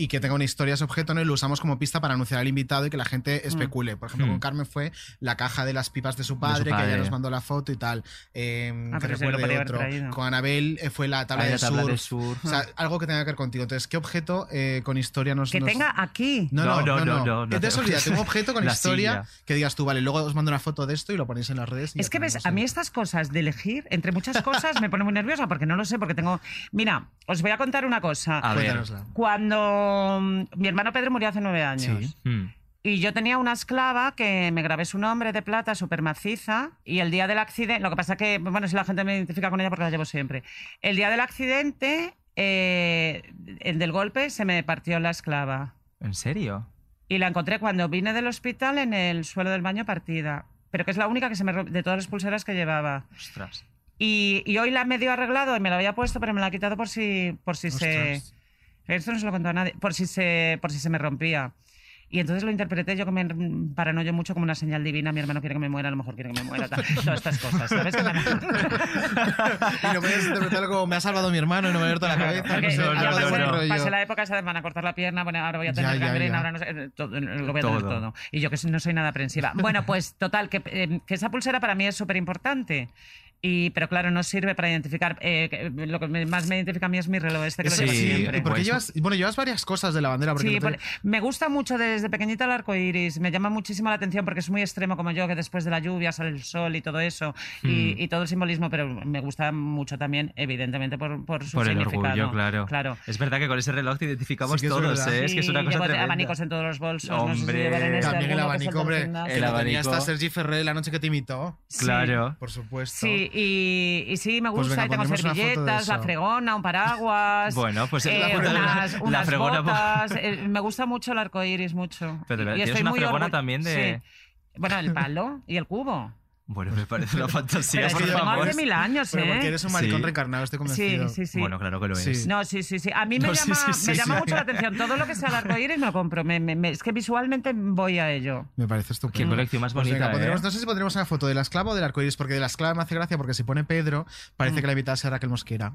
S2: y que tenga una historia ese objeto ¿no? y lo usamos como pista para anunciar al invitado y que la gente especule. Por ejemplo,
S1: Mm.
S2: con Carmen fue la caja de las pipas de su padre, que
S1: padre.
S2: ella nos mandó la foto y tal. Eh,
S1: Ah,
S2: que
S1: pero se lo
S2: recuerde
S1: podía haber
S2: otro.
S1: traído.
S2: Con Anabel eh, fue la tabla,
S1: Ah,
S2: de,
S1: la tabla
S2: surf.
S1: de surf.
S2: O sea, algo que tenga que ver contigo. Entonces, ¿qué objeto eh, con historia nos
S4: Que
S2: nos-
S4: tenga aquí.
S2: no, no, no, no.
S1: no, no.
S2: Entonces, olvídate, un objeto con
S1: La
S2: historia
S1: silla.
S2: que digas tú, vale, luego os mando una foto de esto y lo ponéis en las redes. y
S4: Es
S2: ya
S4: que ves,
S2: tenemos
S4: a
S2: el-
S4: mí estas cosas de elegir, entre muchas cosas, me pone muy nerviosa porque no lo sé, porque tengo... Mira, os voy a contar una cosa.
S1: A ver. Cuéntanosla.
S4: Cuando mm, mi hermano Pedro murió hace nueve años.
S1: Mm.
S4: Y yo tenía una esclava que me grabé su nombre de plata, súper maciza, y el día del accidente, lo que pasa que, bueno, si la gente me identifica con ella porque la llevo siempre, el día del accidente, eh, el del golpe, se me partió la esclava.
S1: ¿En serio?
S4: Y la encontré cuando vine del hospital en el suelo del baño partida, pero que es la única que se me ro- de todas las pulseras que llevaba.
S1: Ostras.
S4: Y, y hoy la han medio arreglado y me la había puesto, pero me la ha quitado por si, por si se.
S1: Ostras.
S4: Esto no se lo contó a nadie. Por si se, por si se me rompía. Y entonces lo interpreté yo que me paranoio mucho como una señal divina. Mi hermano quiere que me muera, a lo mejor quiere que me muera. tal. Todas estas cosas, ¿sabes? Que me-
S2: Y no puedes interpretarlo como me ha salvado mi hermano y no me ha abierto la cabeza.
S4: Porque
S2: no sé,
S4: yo
S2: algo de
S4: pasé,
S2: buen rollo.
S4: pasé la época esa de me van a cortar la pierna, bueno, ahora voy a
S2: Ya,
S4: tener
S2: ya,
S4: gangrena,
S2: ya.
S4: ahora no sé, eh, todo, eh, lo voy a tener
S1: Todo.
S4: todo. Y yo que no soy nada aprensiva. Bueno, pues total, que, eh, que esa pulsera para mí es súper importante. Y, pero claro, no sirve para identificar. eh, que- lo que me- más me identifica a mí es mi reloj este que
S2: Eso
S4: lo llevo
S2: sí,
S4: siempre.
S2: ¿y por qué llevas, bueno, llevas varias cosas de la bandera. Porque
S4: Sí,
S2: el otro
S4: por- me gusta mucho desde pequeñita el arco iris. Me llama muchísimo la atención porque es muy extremo como yo, que después de la lluvia sale el sol y todo eso. Y,
S2: Hmm.
S1: Mm.
S4: y todo el simbolismo, pero me gusta mucho también, evidentemente, por, por su
S1: Por el
S4: significado.
S1: orgullo, claro.
S4: Claro.
S1: Es verdad que con ese reloj te identificamos
S2: Sí que es
S1: todos,
S2: verdad.
S1: ¿eh? Es que es
S4: Sí,
S1: una cosa
S4: llevo
S1: tremenda.
S4: abanicos en todos los bolsos. no sé si
S1: Hombre.
S4: llevarán
S2: día-
S4: este
S2: También el
S4: alguno que es
S2: abanico,
S4: del
S2: hombre.
S4: gimnasio.
S2: que lo tenía
S1: abanico.
S2: hasta Sergi Ferrer la noche que te imitó.
S1: Sí. Claro.
S2: Por supuesto.
S4: Sí, y, y sí, me
S2: Pues
S4: gusta.
S2: venga,
S4: y tengo
S2: pondremos una foto de
S4: servilletas,
S2: eso.
S4: la fregona, un paraguas.
S1: Bueno, pues
S4: eh,
S1: la fregona-
S4: unas,
S1: la
S4: unas
S1: fregona, po-
S4: botas, eh, me gusta mucho el arco iris, mucho.
S1: Pero
S4: Y- y
S1: tienes
S4: estoy
S1: una
S4: muy
S1: fregona
S4: orgu-
S1: también de-
S4: Sí. Bueno, el palo y el cubo.
S1: Bueno, me parece una fantasía.
S4: Pero
S1: por
S4: es que tengo
S1: favor.
S4: más de mil años,
S2: Pero
S4: ¿eh?
S2: porque eres un maricón
S1: Sí.
S2: reencarnado, estoy
S4: Sí,
S2: convencido.
S4: sí, sí.
S1: Bueno, claro que lo
S2: Sí.
S1: es.
S4: No, sí, sí, sí. A mí me
S1: No, sí,
S4: llama,
S1: sí, sí,
S4: me llama
S1: sí.
S4: mucho la atención. Todo lo que sea el arco iris me lo compro. Me- me- me- es que visualmente voy a ello.
S2: Me parece estupendo.
S1: Qué colección más
S2: Pues
S1: bonita,
S2: venga, pondremos-
S1: ¿eh?
S2: No sé si pondremos una foto de la esclava o del arcoíris, porque de la esclava me hace gracia porque si pone Pedro,
S4: Mm.
S2: parece que la invitada será Raquel Mosquera.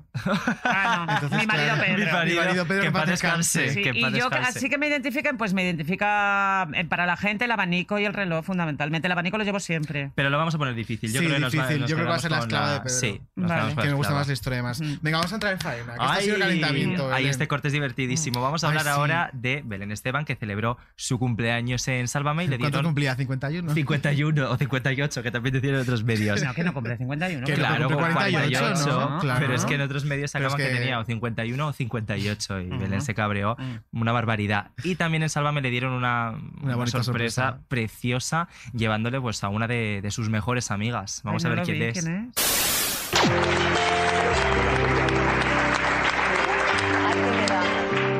S4: Ah, no. mi marido
S2: claro,
S4: Pedro.
S2: mi marido- Mi marido Pedro, que en paz descanse,
S4: Sí,
S2: que en paz
S4: y yo que-
S2: descanse.
S4: así que me identifiquen, pues me identifica eh, para la gente el abanico y el reloj, fundamentalmente. El abanico lo llevo siempre.
S1: Pero lo vamos a poner difícil. Yo
S2: Sí,
S1: creo que nos va-
S2: difícil.
S1: nos
S2: Yo creo que va a ser la
S1: quedamos con
S2: esclava de Pedro.
S1: Sí, nos
S2: Vale.
S1: quedamos con
S2: Que me
S1: la
S2: gusta
S1: esclava.
S2: más la historia más. Venga, vamos a entrar en faena. Que este ha sido el calentamiento.
S1: ahí
S2: Belén. Mm.
S1: este corte es divertidísimo. Vamos a
S2: Ay,
S1: hablar
S2: sí.
S1: ahora de Belén Esteban, que celebró su cumpleaños en Sálvame y le
S2: ¿Cuánto
S1: dieron
S2: cumplía? ¿51?
S1: 51 o 58, que también decían en otros medios.
S4: No, que no cumple 51.
S2: Que no
S1: claro,
S2: cumple
S1: con
S2: 48,
S1: 48,
S2: ¿no? Claro.
S1: pero es que en otros medios
S2: Pero es
S1: sacaban que...
S2: que-
S1: tenía o 51 o 58 y
S2: Ujú.
S1: Belén se cabreó, una barbaridad. Y también en Sálvame le dieron una, una
S2: bonita
S1: sorpresa,
S2: sorpresa.
S1: preciosa, llevándole pues a una de, de sus mejores amigas. Vamos
S4: Ay,
S1: a
S4: no
S1: ver
S4: lo
S1: quién
S4: vi,
S1: es.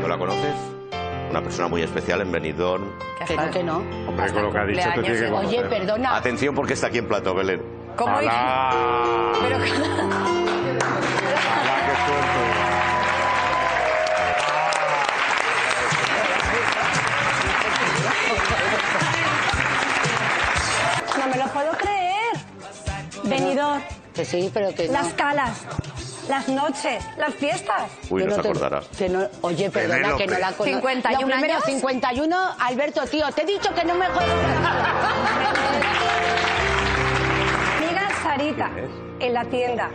S8: ¿No la conoces? Una persona muy especial en Benidorm.
S16: Que no, que no.
S8: Hombre,
S16: Hasta
S8: con lo que ha dicho te tiene que
S16: cumpleaños. Oye,
S8: conocer.
S16: perdona.
S8: Atención porque está aquí en plato, Belén.
S16: ¿Cómo dices?
S8: ¡Hala!
S16: Pero...
S8: ¡Hala, qué suerte!
S5: No me lo puedo creer. Venidor.
S16: Que sí, pero que
S5: Las
S16: no.
S5: calas, las noches, las fiestas.
S8: Uy,
S16: Yo no
S8: no se
S16: te-
S8: acordará.
S16: que no- oye, perdona
S8: Penélope.
S16: que no la conozco.
S22: 51
S16: Lo primero,
S22: años.
S16: 51, Alberto, tío, te he dicho que no me
S5: Amiga Sarita,
S16: ¿Quién es?
S5: en la tienda.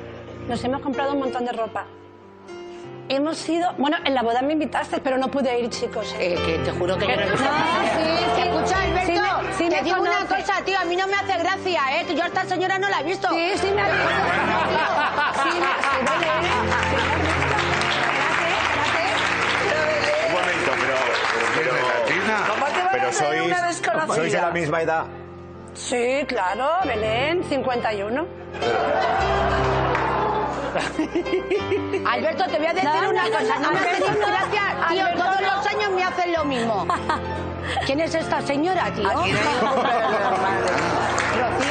S5: Nos hemos comprado un montón de ropa. Hemos ido... Bueno, en la boda me invitaste, pero no pude ir, chicos. ¿eh?
S16: Eh, que te juro que yo no... No, sí, sí, escucha, Alberto, te digo una cosa, tío, a mí no me hace gracia, ¿eh? Que yo a esta señora no la he visto. Sí, sí me ha visto. Sí, sí, vale.
S8: Un momento, pero... Pero,
S5: ¿Cómo te van a
S8: pero
S5: hacer una desconocida?
S8: sois, sois de la misma edad.
S5: Sí, claro, Belén, 51.
S16: Alberto, te voy a decir
S5: No, no,
S16: una
S5: no,
S16: cosa, no, me hace
S5: Alberto, no.
S16: gracia, tío,
S5: Alberto,
S16: todos
S5: no.
S16: los años me hacen lo mismo. ¿Quién es esta señora, tío?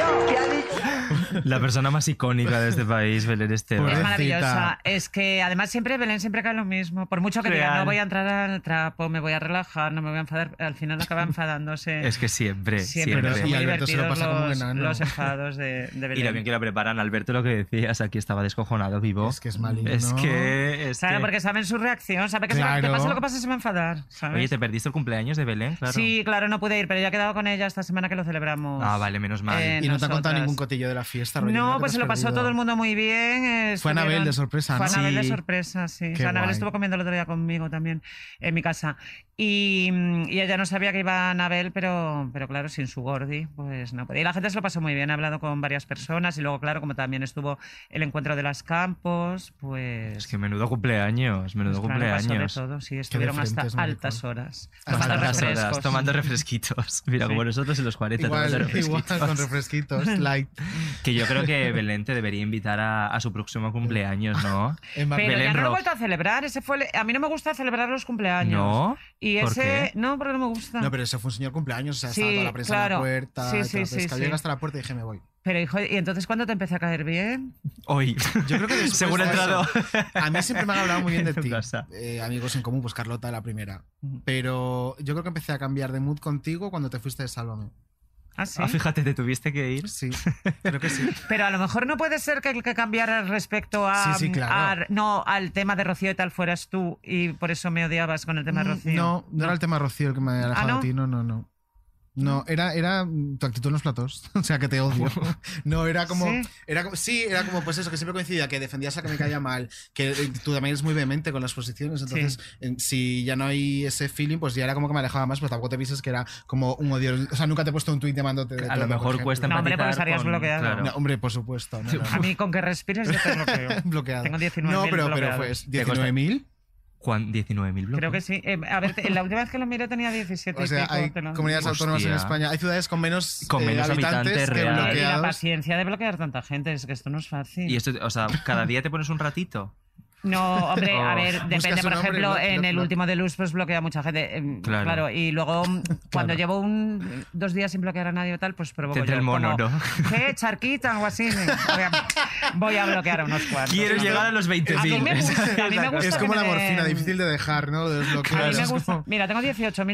S1: La persona más icónica de este país, Belén Esteban.
S4: Pues Es maravillosa. Es que además siempre Belén siempre cae en lo mismo. Por mucho que diga,
S1: Real.
S4: no voy a entrar al trapo, me voy a relajar, no me voy a enfadar, al final acaba enfadándose.
S1: Es que siempre,
S4: siempre.
S1: siempre.
S4: son muy
S2: Y Alberto se lo pasa como un
S4: divertidos los,
S2: enano.
S4: los enfados de, de Belén.
S1: Y lo bien que la preparan, Alberto, lo que decías, aquí estaba descojonado vivo. Es que es maligno. Es que...
S4: Claro, porque saben su reacción, sabe que se va- te
S1: Claro.
S4: pasa lo que pasa se va a enfadar, ¿sabes?
S1: Oye, ¿te perdiste el cumpleaños de Belén? Claro.
S4: Sí, claro, no pude ir, pero ya he quedado con ella esta semana que lo celebramos.
S1: Ah, vale, menos mal.
S4: Eh,
S2: y no te ha contado
S4: nosotras.
S2: ningún cotillo de la fiesta, rollo,
S4: No,
S2: te
S4: pues
S2: has
S4: se lo pasó
S2: perdido.
S4: todo el mundo muy bien. eh,
S2: Fue Anabel
S4: estuvieron-
S2: de sorpresa,
S4: Fue
S2: ¿no?
S4: Anabel de
S2: Sí.
S4: sorpresa, sí.
S2: Qué
S4: O sea, Anabel
S2: guay.
S4: estuvo comiendo el otro día conmigo también en mi casa. Y, mm, y ella no sabía que iba Anabel, pero, pero claro, sin su gordi, pues no podía. Y la gente se lo pasó muy bien, he hablado con varias personas y luego, claro, como también estuvo el encuentro de las campos, pues...
S1: Es que menudo cumpleaños, menudo
S4: Pues claro, pasó de
S1: cumpleaños.
S4: todo, sí, estuvieron hasta altas horas.
S1: Hasta altas horas,
S4: refrescos.
S1: tomando refresquitos. Mira,
S2: Sí.
S1: como nosotros en los 40 tomando
S2: Igual, igual
S1: refresquitos.
S2: con refresquitos, light.
S1: Que yo creo que Belén te debería invitar a, a su próximo cumpleaños, ¿no?
S4: Pero ya
S1: Belén
S4: no lo he
S1: Rock.
S4: vuelto a celebrar. Ese fue el- A mí no me gusta celebrar los cumpleaños.
S1: ¿No?
S4: Y
S1: ¿Por
S4: ese.
S1: qué?
S4: No, porque no me gusta.
S2: No, pero eso fue un señor cumpleaños, o sea, estaba
S4: Sí,
S2: toda la prensa en
S4: claro.
S2: la puerta.
S4: Sí,
S2: y
S4: sí,
S2: toda la
S4: sí,
S2: pesca.
S4: sí.
S2: Yo llegué hasta la puerta y dije, me voy.
S4: Pero, hijo, ¿y entonces cuándo te empecé a caer bien?
S1: Hoy.
S2: Yo creo que después
S1: Según
S2: de
S1: he entrado.
S2: eso, A mí siempre me han hablado muy bien de
S1: En tu
S2: ti.
S1: casa.
S2: eh, amigos en común, pues Carlota la primera.
S4: Mm.
S2: Pero yo creo que empecé a cambiar de mood contigo cuando te fuiste de Sálvame.
S4: Ah, sí.
S1: Ah, fíjate, te tuviste que ir.
S2: Sí, creo que sí.
S4: Pero a lo mejor no puede ser que el que cambiara respecto a,
S2: Sí, sí, claro.
S4: a- no, al tema de Rocío y tal fueras tú y por eso me odiabas con el tema de Rocío. Ah,
S2: Mm, No, no era el tema Rocío el que me había alejado
S4: ¿no?
S2: de ti, no, no, no. No, era, era tu actitud en los platos. O sea, que te odio. No, era como.
S4: ¿Sí?
S2: Era como sí, era como, pues eso, que siempre coincidía, que defendías a que me caía mal, que eh, tú también eres muy vehemente con las posiciones. Entonces, eh, si ya no hay ese feeling, pues ya era como que me alejaba más, pues tampoco te pises que era como un odio. O sea, nunca te he puesto un tuit llamándote. De
S1: A
S2: todo,
S1: lo
S2: por
S1: mejor
S2: ejemplo.
S1: cuesta No, hombre, porque empatizar estarías con- bloqueado. claro.
S2: No, hombre, por supuesto. no, no,
S4: pues A mí, con que respires, yo te bloqueo.
S2: no. bloqueado.
S4: Tengo 19.000
S2: No, pero, pero
S4: bloqueados.
S2: fue
S1: ¿Te consta?
S2: 19.000.
S1: ¿Cuán- 19.000 bloques.
S4: Creo que sí. Eh, a ver, te- la última vez que lo miré tenía 17
S2: O
S4: y
S2: sea,
S4: pico,
S2: hay
S4: te lo-
S2: comunidades autónomas en
S1: Hostia.
S2: España. Hay ciudades con menos,
S1: Con
S2: eh,
S1: menos
S2: habitantes,
S1: habitantes
S2: que
S1: real.
S4: Y la
S2: bloqueados.
S4: paciencia de bloquear tanta gente, es que esto no es fácil.
S1: Y esto, o sea, cada día te pones un ratito.
S4: No, hombre, a
S1: Oh.
S4: ver,
S1: Buscas
S4: depende, por
S1: un hombre,
S4: ejemplo,
S1: lo- lo-
S4: en el
S1: lo-
S4: último de Luz, pues bloquea mucha gente. em,
S1: Claro.
S4: Claro. y luego cuando llevo un, dos días sin bloquear a nadie o tal, pues provoco.
S1: Te entra
S4: yo
S1: el mono,
S4: como,
S1: ¿no?
S4: ¿Qué? ¿Charquita o algo así? Voy a, voy a bloquear a unos cuantos.
S1: Quiero
S4: ¿no?
S1: llegar a los 20.000.
S4: A mí me gusta, a mí me gusta
S2: es
S4: que
S2: como
S4: me
S2: la morfina,
S4: den-
S2: difícil de dejar, ¿no? De
S4: A
S2: desbloquear.
S4: mí me
S2: Es
S4: gusta.
S2: como-
S4: Mira, tengo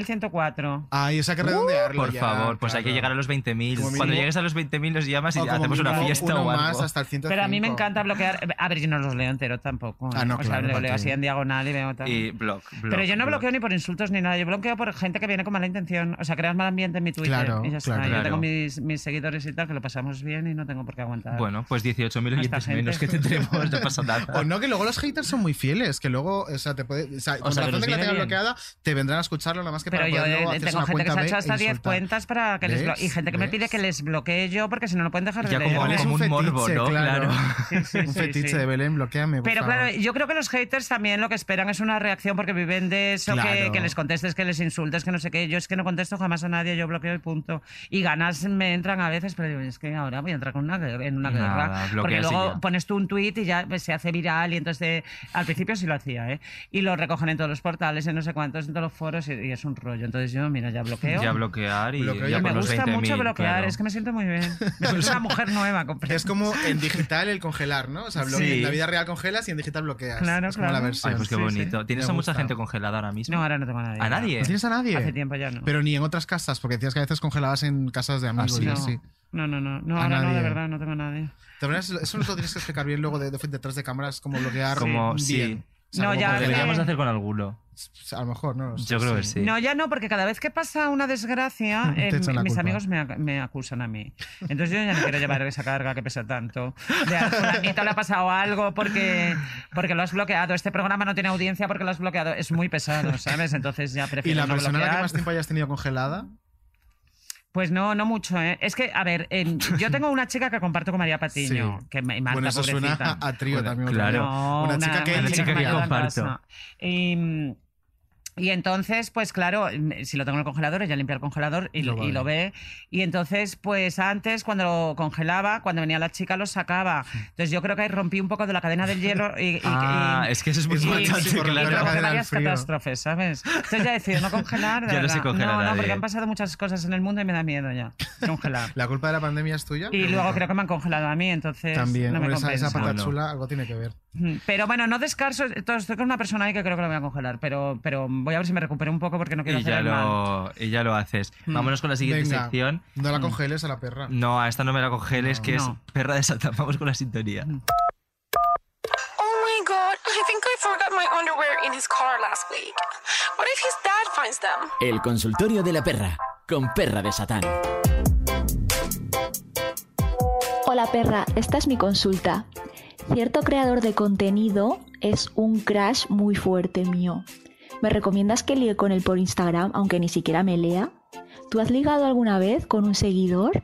S4: 18.104.
S2: Ay, eso hay que
S4: Uh.
S2: redondearlo.
S1: Por
S2: ya,
S1: favor, pues hay
S2: claro.
S1: que llegar a los 20.000.
S2: Como
S1: Cuando
S2: mínimo-
S1: llegues a los 20.000 los llamas y
S2: O como
S1: hacemos una
S2: mínimo
S1: fiesta
S2: uno
S1: o algo.
S2: más hasta el 100.
S4: Pero a mí me encanta bloquear. A ver, yo no los leo enteros tampoco. uno.
S2: Ah, no,
S4: O sea,
S2: claro,
S4: lo
S2: para
S4: leo
S2: todo.
S4: así en diagonal y veo tal.
S1: Y block, block,
S4: Pero yo no
S1: block.
S4: bloqueo ni por insultos ni nada. Yo bloqueo por gente que viene con mala intención. O sea, creas mal ambiente en mi Twitter.
S1: Claro,
S4: y ya está.
S1: claro.
S4: Yo tengo
S1: Claro.
S4: mis, mis seguidores y tal, que lo pasamos bien y no tengo por qué aguantar.
S1: Bueno, pues 18.000 oyentes
S4: gente.
S1: menos que tendremos, no pasa nada.
S2: O no, que luego los haters son muy fieles, que luego, o sea, te puede, o sea, con
S1: sea, que
S2: razón
S1: nos
S2: de que la
S1: viene
S2: tengas
S1: bien.
S2: bloqueada, te vendrán a escucharlo nada más que
S4: Pero
S2: para
S4: yo
S2: poder
S4: eh,
S2: luego hacerse
S4: tengo
S2: una
S4: gente que
S2: cuenta
S4: se ha hecho
S2: B
S4: hasta
S2: e
S4: 10
S2: insultar.
S4: cuentas para que les
S2: ¿Ves?
S4: blo- y gente que me pide que les bloquee yo porque si no, no pueden dejar de
S2: Ya
S4: leer.
S2: como algo Es un muy morbo, fetiche, ¿no? claro. Claro.
S4: Sí, sí,
S2: Un
S4: sí,
S2: fetiche
S4: sí.
S2: de Belén, bloqueame. por
S4: Pero
S2: favor.
S4: claro, yo creo que los haters también lo que esperan es una reacción porque viven de eso, que- que,
S2: Claro.
S4: les contestes, que les insultes, que no sé qué. Yo es que no contesto jamás a nadie, yo bloqueo y punto. Y ganas me entran a veces, pero digo, es que ahora voy a entrar con una, guer- en una
S1: Nada,
S4: guerra. Porque
S1: bloqueas y
S4: luego
S1: ya.
S4: pones tú un tweet y ya pues, se hace viral y entonces te- al principio sí lo hacía, ¿eh? Y lo recogen en todos los portales, en no sé cuántos, en todos los foros y, y es un rollo. Entonces yo, mira, ya bloqueo.
S1: Ya bloquear y
S2: Bloqueo
S1: ya
S2: y
S4: me
S1: por los
S4: gusta
S1: 20.000,
S4: mucho bloquear,
S1: claro.
S4: es que me siento muy bien. Me siento una mujer nueva, compré.
S2: Es como en digital el congelar, ¿no? O sea, bloque-
S1: Sí.
S2: en la vida real congelas y en digital bloqueas.
S4: Claro,
S2: es como
S4: claro.
S2: la versión.
S1: Ay, pues qué
S2: Sí, sí.
S1: bonito. ¿Tienes
S2: Me
S1: a mucha
S2: gusta.
S1: gente congelada ahora mismo?
S4: No, ahora no tengo a nadie.
S1: ¿A nadie?
S2: ¿No tienes a nadie?
S4: Hace tiempo ya no.
S2: Pero ni en otras casas, porque decías que a veces congelabas en casas de amigos y
S4: No.
S2: así.
S4: No, no, no. No,
S2: A
S4: ahora no, de
S2: nadie.
S4: verdad, no tengo a nadie.
S2: De verdad, eso eso nos lo tienes que explicar bien luego de, de- detrás de cámaras, como bloquear
S1: Como,
S2: bien.
S1: sí.
S2: O sea,
S4: No,
S2: como
S4: ya-
S2: para que-
S1: Deberíamos hacer con alguno.
S2: A lo mejor, ¿no? lo sé,
S1: Yo creo que sí.
S4: No, ya no, porque cada vez que pasa una desgracia, eh,
S2: Te echan la
S4: mis
S2: culpa.
S4: amigos me, ac- me acusan a mí. Entonces yo ya no quiero llevar esa carga que pesa tanto. De a fulanito le ha pasado algo porque, porque lo has bloqueado. Este programa no tiene audiencia porque lo has bloqueado. Es muy pesado, ¿sabes? Entonces ya prefiero
S2: ¿Y la
S4: no
S2: persona a la que
S4: bloquear.
S2: más tiempo hayas tenido congelada?
S4: Pues no, no mucho, ¿eh? Es que, a ver, em, yo tengo una chica que comparto con María Patiño,
S2: Sí.
S4: que me Marta,
S2: Bueno, eso
S4: pobrecita.
S2: suena a, a trío
S1: Bueno,
S2: también.
S1: claro.
S4: No,
S2: una chica que
S4: una
S1: chica
S4: me
S1: que
S4: ayuda en
S1: comparto.
S4: casa. Y, mm, y entonces, pues claro, mm, si lo tengo en el congelador, ella limpia el congelador y lo,
S8: Lo
S4: y lo ve. Y entonces, pues antes, cuando lo congelaba, cuando venía la chica, lo sacaba. Entonces yo creo que ahí rompí un poco de la cadena del hielo y... y-
S1: Ah,
S4: y-
S1: es que eso es muy
S4: y-
S1: importante,
S4: y- y
S1: claro.
S4: luego
S1: La cadena del
S4: varias
S1: frío.
S4: catástrofes, ¿sabes? Entonces ya he decidido no congelar, de
S1: Ya no
S4: verdad.
S1: se congela
S4: Ah, no, no,
S1: nadie.
S4: porque han pasado muchas cosas en el mundo y me da miedo ya congelar.
S2: ¿La culpa de la pandemia es tuya?
S4: Y luego creo que me han congelado a mí, entonces
S2: También,
S4: no me
S2: hombre, esa, esa
S4: compensa.
S2: pata chula algo tiene que ver.
S4: Mm, Pero bueno, no descarso. esto- Estoy con una persona ahí que creo que la voy a congelar, pero, pero voy a ver si me recupero un poco porque no quiero
S1: Y
S4: hacer
S1: ya,
S4: el mal.
S1: lo, y ya lo haces.
S4: Mm.
S1: Vámonos con la siguiente
S2: Venga,
S1: sección.
S2: No la congeles a la perra.
S1: No, a esta no me la congeles, que
S2: No. Mm.
S1: es perra de Santa. Vamos con la sintonía.
S23: Oh my god, I think I forgot my underwear in his car last week. What if his dad finds them?
S6: El consultorio de la perra, con perra de Satán.
S24: Hola perra, esta es mi consulta. Cierto creador de contenido es un crash muy fuerte mío. ¿Me recomiendas que ligue con él por Instagram, aunque ni siquiera me lea? ¿Tú has ligado alguna vez con un seguidor?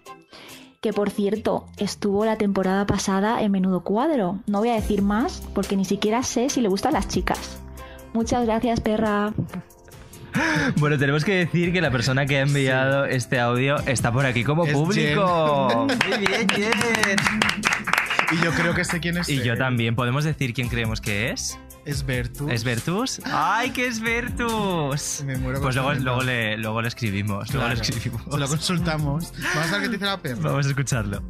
S24: Que por cierto, estuvo la temporada pasada en menudo cuadro. No voy a decir más porque ni siquiera sé si le gustan las chicas. Muchas gracias, perra.
S1: Bueno, tenemos que decir que la persona que ha enviado este audio está por aquí como
S2: Es
S1: público.
S2: Jen.
S1: Oh, Muy bien, Jen.
S2: Y yo creo que sé quién es.
S1: Y yo
S2: él.
S1: también. ¿Podemos decir quién creemos que es?
S2: Es Bertus.
S1: ¿Es Bertus? ¡Ay, que es Bertus!
S2: Me muero
S1: Pues luego,
S2: contento.
S1: luego, le, luego le escribimos. Luego le
S2: Claro.
S1: escribimos.
S2: Se lo consultamos. Vamos a ver qué te dice la perra.
S1: Vamos a escucharlo.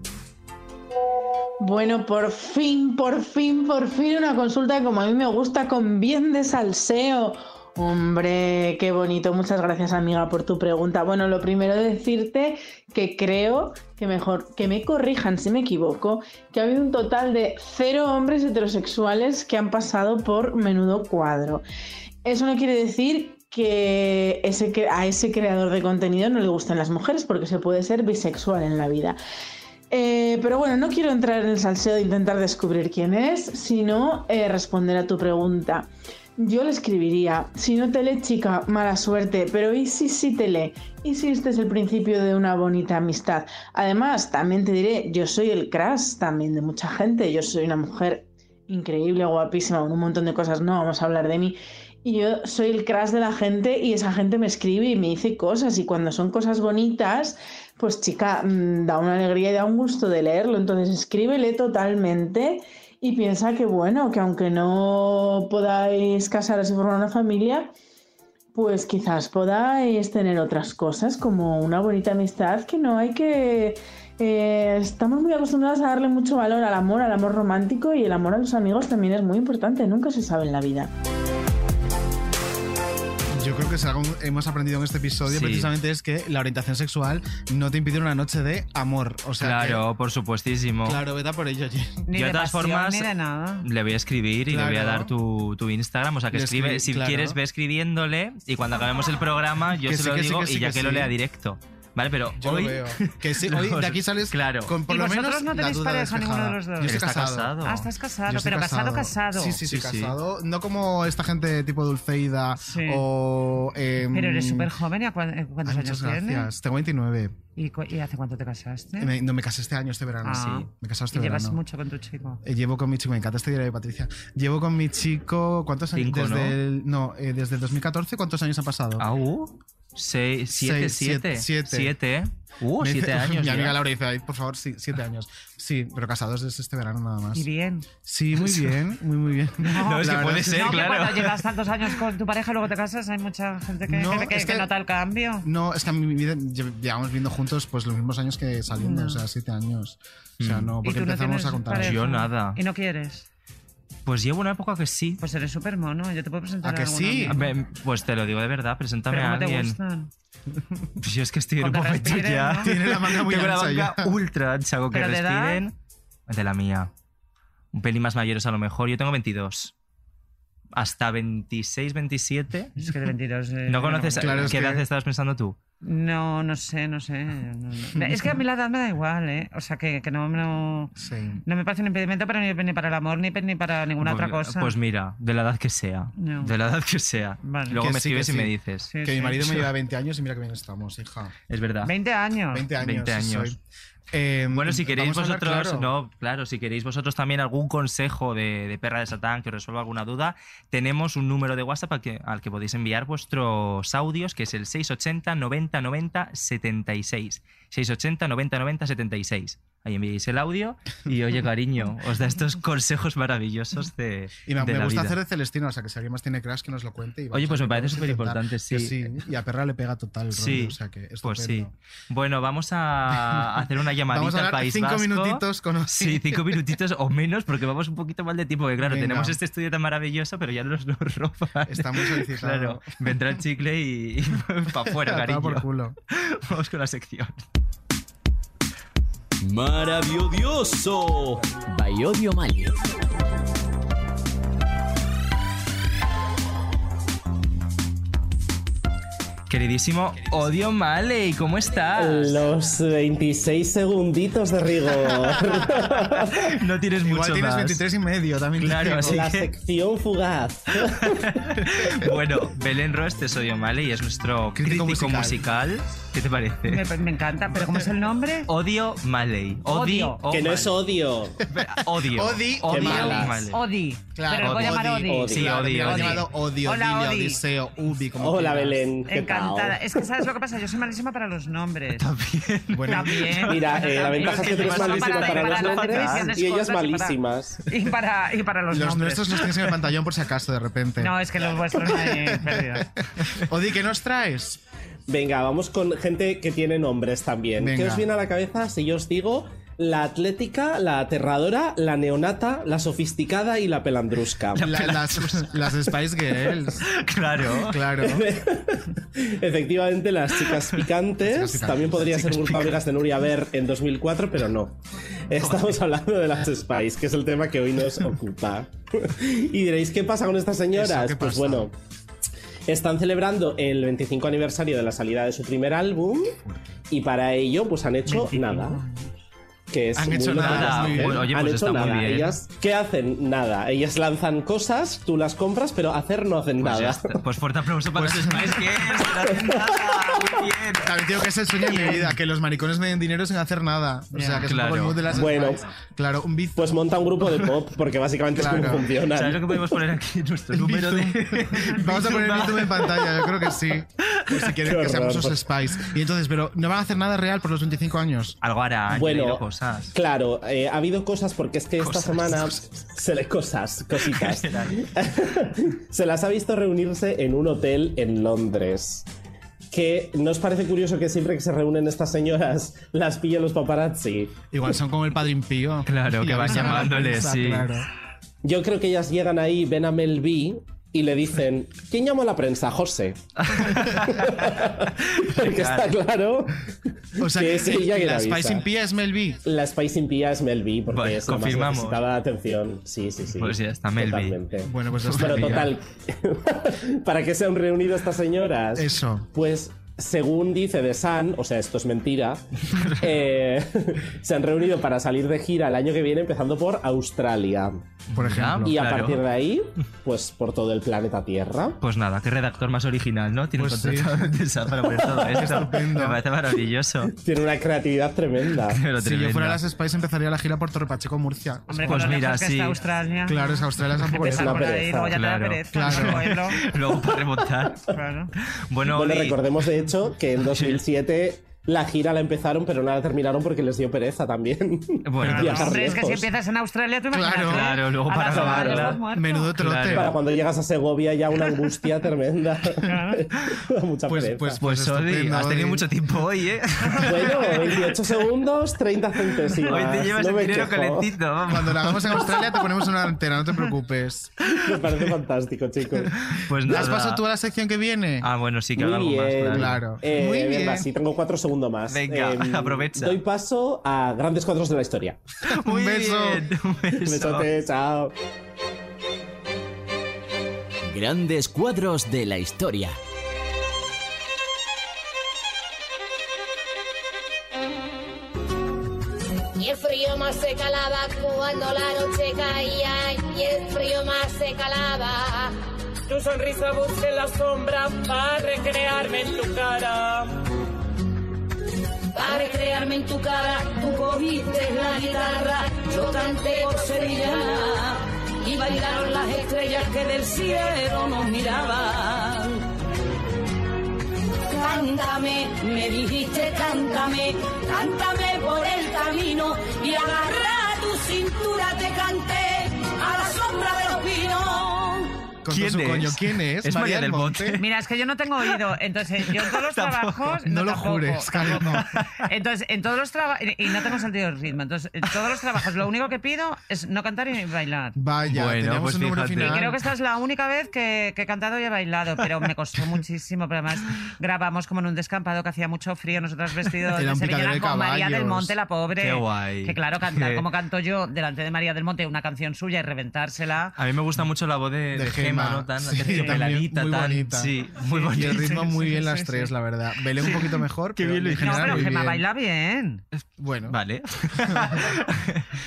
S10: Bueno, por fin, por fin, por fin una consulta como a mí me gusta, con bien de salseo. Hombre, qué bonito. Muchas gracias, amiga, por tu pregunta. Bueno, lo primero decirte que creo que mejor que me corrijan si me equivoco, que ha habido un total de cero hombres heterosexuales que han pasado por menudo cuadro. Eso no quiere decir que ese cre- a ese creador de contenido no le gusten las mujeres, porque se puede ser bisexual en la vida. Eh, pero bueno, no quiero entrar en el salseo de intentar descubrir quién es, sino eh, responder a tu pregunta. Yo le escribiría, si no te lee chica, mala suerte, pero ¿y si sí te lee? ¿Y si este es el principio de una bonita amistad? Además, también te diré, yo soy el crush también de mucha gente, yo soy una mujer increíble, guapísima, con un montón de cosas, no vamos a hablar de mí. Y yo soy el crush de la gente y esa gente me escribe y me dice cosas y cuando son cosas bonitas, pues chica, mm, da una alegría y da un gusto de leerlo, entonces escríbele totalmente y piensa que bueno, que aunque no podáis casaros y formar una familia, pues quizás podáis tener otras cosas como una bonita amistad que no hay que... eh, estamos muy acostumbrados a darle mucho valor al amor, al amor romántico y el amor a los amigos también es muy importante, nunca se sabe en la vida.
S2: Yo creo que si algo hemos aprendido en este episodio
S1: Sí.
S2: precisamente es que la orientación sexual no te impide una noche de amor. O sea,
S1: Claro, por supuestísimo.
S2: que- claro, vete a por ello, Jen.
S1: Yo de todas formas le voy a escribir y le voy a
S2: Claro.
S1: dar tu, tu Instagram, o sea que
S2: Le
S1: escribe,
S2: escribí-
S1: si
S2: claro.
S1: quieres ve escribiéndole y cuando acabemos el programa yo
S2: Que
S1: se
S2: sí,
S1: lo
S2: que sí,
S1: digo
S2: que sí,
S1: y ya
S2: que
S1: que, lo
S2: sí.
S1: lea directo. Vale, pero
S2: Yo lo
S1: hoy
S2: veo. Que sí, hoy de aquí sales
S1: claro.
S2: con por
S4: ¿Y
S2: lo
S4: vosotros
S2: menos
S4: no
S2: la
S4: tenéis
S2: duda
S4: pareja ninguno de los dos?
S2: despejada. Yo estoy
S1: Está
S2: casado.
S1: casado.
S4: Pues Ah, estás casado,
S2: Yo estoy
S4: pero casado, casado.
S2: Sí, sí, sí,
S1: Sí, sí.
S2: casado. No como esta gente tipo Dulceida o... em,
S4: Pero eres súper joven, ¿y a cuán- eh, cuántos
S2: Ay,
S4: años
S2: muchas
S4: tienes?
S2: gracias. Tengo 29.
S4: ¿Y, cu- y hace cuánto te casaste?
S2: Me- no, me casé este año, este verano.
S4: Ah.
S2: Sí, me casé este
S4: y
S2: verano.
S4: llevas mucho con tu chico.
S2: Eh, Llevo con mi chico, me encanta este diario de Patricia. Llevo con mi chico, ¿cuántos años?
S1: Cinco,
S2: desde
S1: ¿no?
S2: el, no, eh, desde el 2014, ¿cuántos años han pasado?
S1: Ah, uh, seis, siete,
S2: Seis,
S1: siete,
S2: siete, siete.
S1: siete. Uh,
S2: Me dice-
S1: siete años.
S2: Mi
S1: ya.
S2: amiga Laura dice, "Ay, por favor, sí, siete años. Sí, pero casados desde este verano nada más.
S4: Y bien.
S2: Sí, muy bien, muy, muy bien.
S1: No, es
S2: La
S1: que
S2: verdad
S1: puede ser,
S4: no,
S1: claro.
S4: que cuando llevas tantos años con tu pareja y luego te casas, hay mucha gente que,
S2: No,
S4: que- que-
S2: es
S4: que
S2: que-
S4: nota el cambio.
S2: No, es que a mi vida lle- llevamos viendo juntos pues los mismos años que saliendo,
S4: No.
S2: o sea, siete años. O sea,
S1: Mm.
S2: no,
S4: Mm. ¿Y
S2: porque
S4: tú no
S2: empezamos
S4: tienes
S2: a contar.
S4: pareja?
S1: Yo nada.
S4: ¿Y no quieres?
S1: Pues llevo una época que sí.
S4: Pues eres súper mono, yo te puedo presentar a alguno a mí.
S1: Ve, Pues te lo digo de verdad, preséntame
S4: Pero
S1: a
S4: ¿cómo te
S1: alguien. Pues
S4: gustan?
S1: Yo es que estoy en un
S4: Con que
S1: momento
S4: respiren,
S1: ya.
S4: ¿no? Tiene la manga muy
S1: Tengo
S4: ancha
S1: la manga
S4: ya.
S1: ultra ancha, con que
S4: ¿Pero de edad?
S1: respiren. De la mía. Un pelín más mayores a lo mejor. Yo tengo 22. Hasta 26, 27.
S4: Es que de 22. eh,
S1: ¿No conoces
S4: Claro, es
S1: qué
S4: que-
S1: edad estabas pensando tú?
S4: No, no sé, no sé. no- no. Es que a mí la edad me da igual, ¿eh? O sea, que, que no, no, no me parece un impedimento para ni, ni para el amor ni, ni para ninguna
S1: pues,
S4: otra cosa.
S1: Pues mira, de la edad que sea.
S4: No.
S1: De la edad que sea.
S4: Vale.
S1: Luego
S2: Que
S1: me
S2: sí, que
S1: escribes y
S2: sí.
S1: me dices.
S2: que mi marido me lleva 20 años y mira que bien estamos, hija.
S1: Es verdad.
S4: 20 años.
S2: 20 años.
S1: 20
S2: sí
S1: años.
S2: soy. Eh,
S1: Bueno, si queréis
S2: vamos a hablar
S1: vosotros,
S2: claro.
S1: no, claro, si queréis vosotros también algún consejo de, de perra de Satán que os resuelva alguna duda, tenemos un número de WhatsApp al que, al que podéis enviar vuestros audios, que es el 680 90 90 76. 680 90 90 76. Ahí enviáis el audio y oye, cariño, os da estos consejos maravillosos de.
S2: Y me,
S1: de
S2: me
S1: la
S2: gusta
S1: vida.
S2: hacer de Celestino, o sea, que si alguien más tiene crash que nos lo cuente. y vamos
S1: Oye, pues
S2: a
S1: me
S2: ver
S1: parece
S2: cómo se
S1: superimportante,
S2: intenta. Que
S1: sí.
S2: Y a Perra le pega total, el rollo,
S1: Sí,
S2: o sea, que estupendo.
S1: pues sí. Bueno, vamos a hacer una llamadita
S2: Vamos a
S1: al
S2: hablar
S1: País
S2: cinco
S1: Vasco.
S2: minutitos con
S1: Sí, cinco minutitos o menos, porque vamos un poquito mal de tiempo. Que claro,
S2: Venga.
S1: tenemos este estudio tan maravilloso, pero ya nos lo roban.
S2: Está muy solicitado.
S1: Claro, vendrá el chicle y, para afuera,
S2: A tomar
S1: cariño.
S2: por culo.
S1: Vamos con la sección.
S6: Maravilloso. Bayodio Mali.
S1: Queridísimo Odio Maley, ¿cómo estás?
S25: Los 26 segunditos de rigor.
S1: no tienes
S2: Igual
S1: mucho
S2: tienes
S1: más.
S2: 23 y medio también.
S1: Claro, así
S25: La
S1: que-
S25: sección fugaz.
S1: Bueno, Belén Ross, este es Odio Maley, es nuestro crítico, musical. ¿Qué te parece?
S4: Me, me encanta, pero ¿cómo es el nombre?
S1: Odio Maley. Odio.
S4: Odio. Que no es
S25: odio.
S1: Odio.
S2: Odi, qué
S1: Odio
S2: malas.
S1: Maley.
S4: Odi.
S2: Claro,
S4: pero le voy a llamar Odi.
S1: Sí, Odi.
S2: Claro,
S1: Odi.
S2: llamado Odio,
S4: Hola,
S2: Hola,
S4: Odi.
S2: Odiseo, Ubi, como
S25: Hola,
S2: quieras.
S25: Belén. ¿Qué
S4: Encantada. eh, Es que sabes lo que pasa, yo soy malísima para los nombres.
S2: Bueno,
S4: También.
S25: Mira, eh, la ventaja es que tú eres malísima para, los nombres y ellas malísimas.
S4: Y para, y para los,
S2: Los
S4: nombres.
S2: nuestros los tienes en el pantallón por si acaso, de repente.
S4: No, es que los vuestros no hay perdidos.
S25: Odi, ¿qué nos traes? Venga, vamos con gente que tiene nombres también. ¿Qué
S2: Venga.
S25: os viene a la cabeza si yo os digo la atlética, la aterradora, la neonata, la sofisticada y la pelandrusca?
S2: La- las, las Spice Girls.
S1: Claro.
S2: Claro.
S25: Efectivamente, las chicas picantes.
S2: picantes,
S25: También podría
S2: las
S25: ser
S2: chicas
S25: Grupo Amigas de Nuria Ver en 2004, pero no. Estamos hablando de las Spice, que es el tema que hoy nos ocupa. y diréis, ¿qué pasa con estas
S2: Eso,
S25: señoras?
S2: ¿qué
S25: Pues
S2: pasa?
S25: bueno. Están celebrando el 25 aniversario de la salida de su primer álbum y para ello pues han hecho nada. Que es
S1: Han
S25: muy
S1: hecho
S25: lo que
S1: nada.
S25: ellas hacen.
S1: Bueno, oye,
S25: Han
S1: pues
S25: hecho
S1: está muy
S25: nada.
S1: bien.
S25: Ellas, ¿Qué hacen? Nada. Ellas lanzan cosas, tú las compras, pero hacer no hacen
S1: Pues, ya
S25: nada.
S1: está. Pues fuerte aplauso para las Spice Girls. Ah,
S2: También digo que es el sueño de mi vida, que los maricones me den dinero sin hacer nada. O sea, que es un poco el mood de las
S25: bueno,
S2: Spice. claro, un
S25: Pues monta un grupo de pop, porque básicamente es
S2: Claro.
S25: como funciona.
S2: ¿Sabes lo que podemos
S1: poner aquí? Nuestro
S25: número de.
S2: Vamos a poner el YouTube en pantalla, yo creo que sí. Por si quieren
S25: Qué
S2: que seamos
S25: horror.
S2: los Spice. Y entonces, pero ¿no van a hacer nada real por los 25 años?
S1: Algo hará,
S25: Bueno, claro, eh, ha habido cosas porque es que esta semana se le cosas, cositas. se las ha visto reunirse en un hotel en Londres. Que nos parece curioso que siempre que se reúnen estas señoras las pillen los paparazzi.
S2: Igual son como el Padrín Pío.
S1: Claro, que van llamándole, sí.
S25: Yo creo que ellas llegan ahí, ven a Mel B y le dicen, ¿quién llamó a la prensa? José. Porque está claro
S2: O sea,
S25: que
S2: que
S25: es ella quien
S2: la
S25: avisa.
S2: Spice in Pia es Mel B.
S25: La Spice in Pia es Mel B, porque
S1: Vale,
S25: es la más
S1: confirmamos.
S25: necesitada de atención. Sí, sí, sí.
S1: Pues ya está, Mel B.
S25: Totalmente.
S2: Bueno, pues ya está.
S25: Pero total, ¿para qué se han reunido estas señoras?
S2: Eso.
S25: Pues según dice The Sun, o sea, esto es mentira, eh, se han reunido para salir de gira el año que viene empezando por Australia.
S2: Por ejemplo.
S25: Y a
S1: Claro.
S25: partir de ahí, pues por todo el planeta Tierra.
S1: Pues nada, qué redactor más original, ¿no? Tiene
S25: Pues sí.
S1: contratado a Tessa para poner todo eso. Me parece maravilloso.
S25: Tiene una creatividad tremenda.
S1: Pero
S2: Si yo fuera
S1: tremenda.
S2: las Spice empezaría la gira por Torre Pacheco, Murcia.
S1: Hombre, Pues con lo mira, lejos que sí. está Australia.
S2: Claro, es Australia es un poco
S1: Empezar
S2: lejos.
S1: por ahí, luego ya te da Claro. pereza,
S2: Claro.
S1: Luego para remontar. Bueno, Oli,
S25: recordemos de hecho que en 2007 la gira la empezaron, pero no la terminaron porque les dio pereza también.
S1: Bueno,
S25: Viajar
S4: Hombre, es que si
S25: lejos.
S4: empiezas en Australia, tú imagínate.
S1: Claro. Claro, luego
S4: a
S1: para
S4: las horas
S1: acabarla.
S4: estás muerto.
S2: Menudo trote.
S25: Para cuando llegas a Segovia ya una angustia tremenda. Mucha pereza.
S1: pues Oli, has tenido mucho tiempo hoy, ¿eh?
S25: Bueno, 28 segundos, 30 centésimas.
S1: Hoy te llevas
S25: No
S1: el
S25: me
S1: dinero
S25: quejo.
S1: calentito, vamos.
S2: Cuando la hagamos en Australia te ponemos una antena, no te preocupes.
S25: Me parece fantástico, chicos.
S1: Pues nada.
S2: ¿Las pasado tú a la sección que viene?
S1: Ah, bueno, sí que habrá
S25: Muy
S1: algo más,
S25: bien.
S1: claro.
S25: Eh,
S2: Muy
S25: venga,
S2: bien.
S25: sí, tengo cuatro segundos más. Em,
S1: Venga, aprovecha.
S25: Doy paso a grandes cuadros de la historia.
S1: Muy
S2: Un beso.
S1: bien, un beso.
S25: Besote, chao.
S6: Grandes cuadros de la historia.
S5: Y el frío más se calaba cuando la noche caía y el frío más se calaba.
S26: Tu sonrisa busque la sombra para recrearme en tu cara.
S5: Para recrearme en tu cara, tú cogiste la guitarra, yo canté por sevillana y bailaron las estrellas que del cielo nos miraban. Cántame, me dijiste cántame, cántame por el camino y agarra tu cintura, te canté a la sombra de los pinos.
S2: Con todo su coño, ¿quién es?
S1: Es María del Monte.
S4: Mira, es que yo no tengo oído. Entonces, yo en todos los
S1: Tampoco.
S4: trabajos.
S2: No lo
S4: tampoco,
S2: jures, claro,
S4: tampoco.
S2: no.
S4: Entonces, en todos los trabajos. Y no tengo sentido del ritmo. Entonces, en todos los trabajos, lo único que pido es no cantar y bailar.
S2: Vaya,
S1: Bueno,
S2: teníamos
S1: pues
S2: un número
S1: fíjate.
S4: Y
S2: final.
S4: creo que esta es la única vez que, que he cantado y he bailado, pero me costó muchísimo. Pero además grabamos como en un descampado que hacía mucho frío, nosotras vestidos
S2: Era
S4: de
S2: un
S4: sevillana
S2: picadero de
S4: con María del
S2: caballos.
S4: Monte, la pobre.
S1: Qué guay.
S4: Que claro, cantar
S1: Que-
S4: como canto yo delante de María del Monte una canción suya y reventársela.
S1: A mí me gusta mucho la voz de,
S2: De
S1: de Gema,
S2: Gema,
S1: ¿no? Tan
S2: sí,
S1: que
S2: también
S1: peladita,
S2: muy
S1: tan-
S2: bonita.
S1: Sí, muy
S2: Y
S1: bonita.
S2: el ritmo muy bien las
S4: sí,
S2: tres,
S4: sí.
S2: la verdad. Belén un poquito mejor,
S1: Qué
S2: pero
S1: bien lo
S2: en
S4: No,
S2: general
S4: pero
S2: muy
S4: Gemma
S2: bien.
S4: baila bien.
S2: Bueno,
S1: Vale.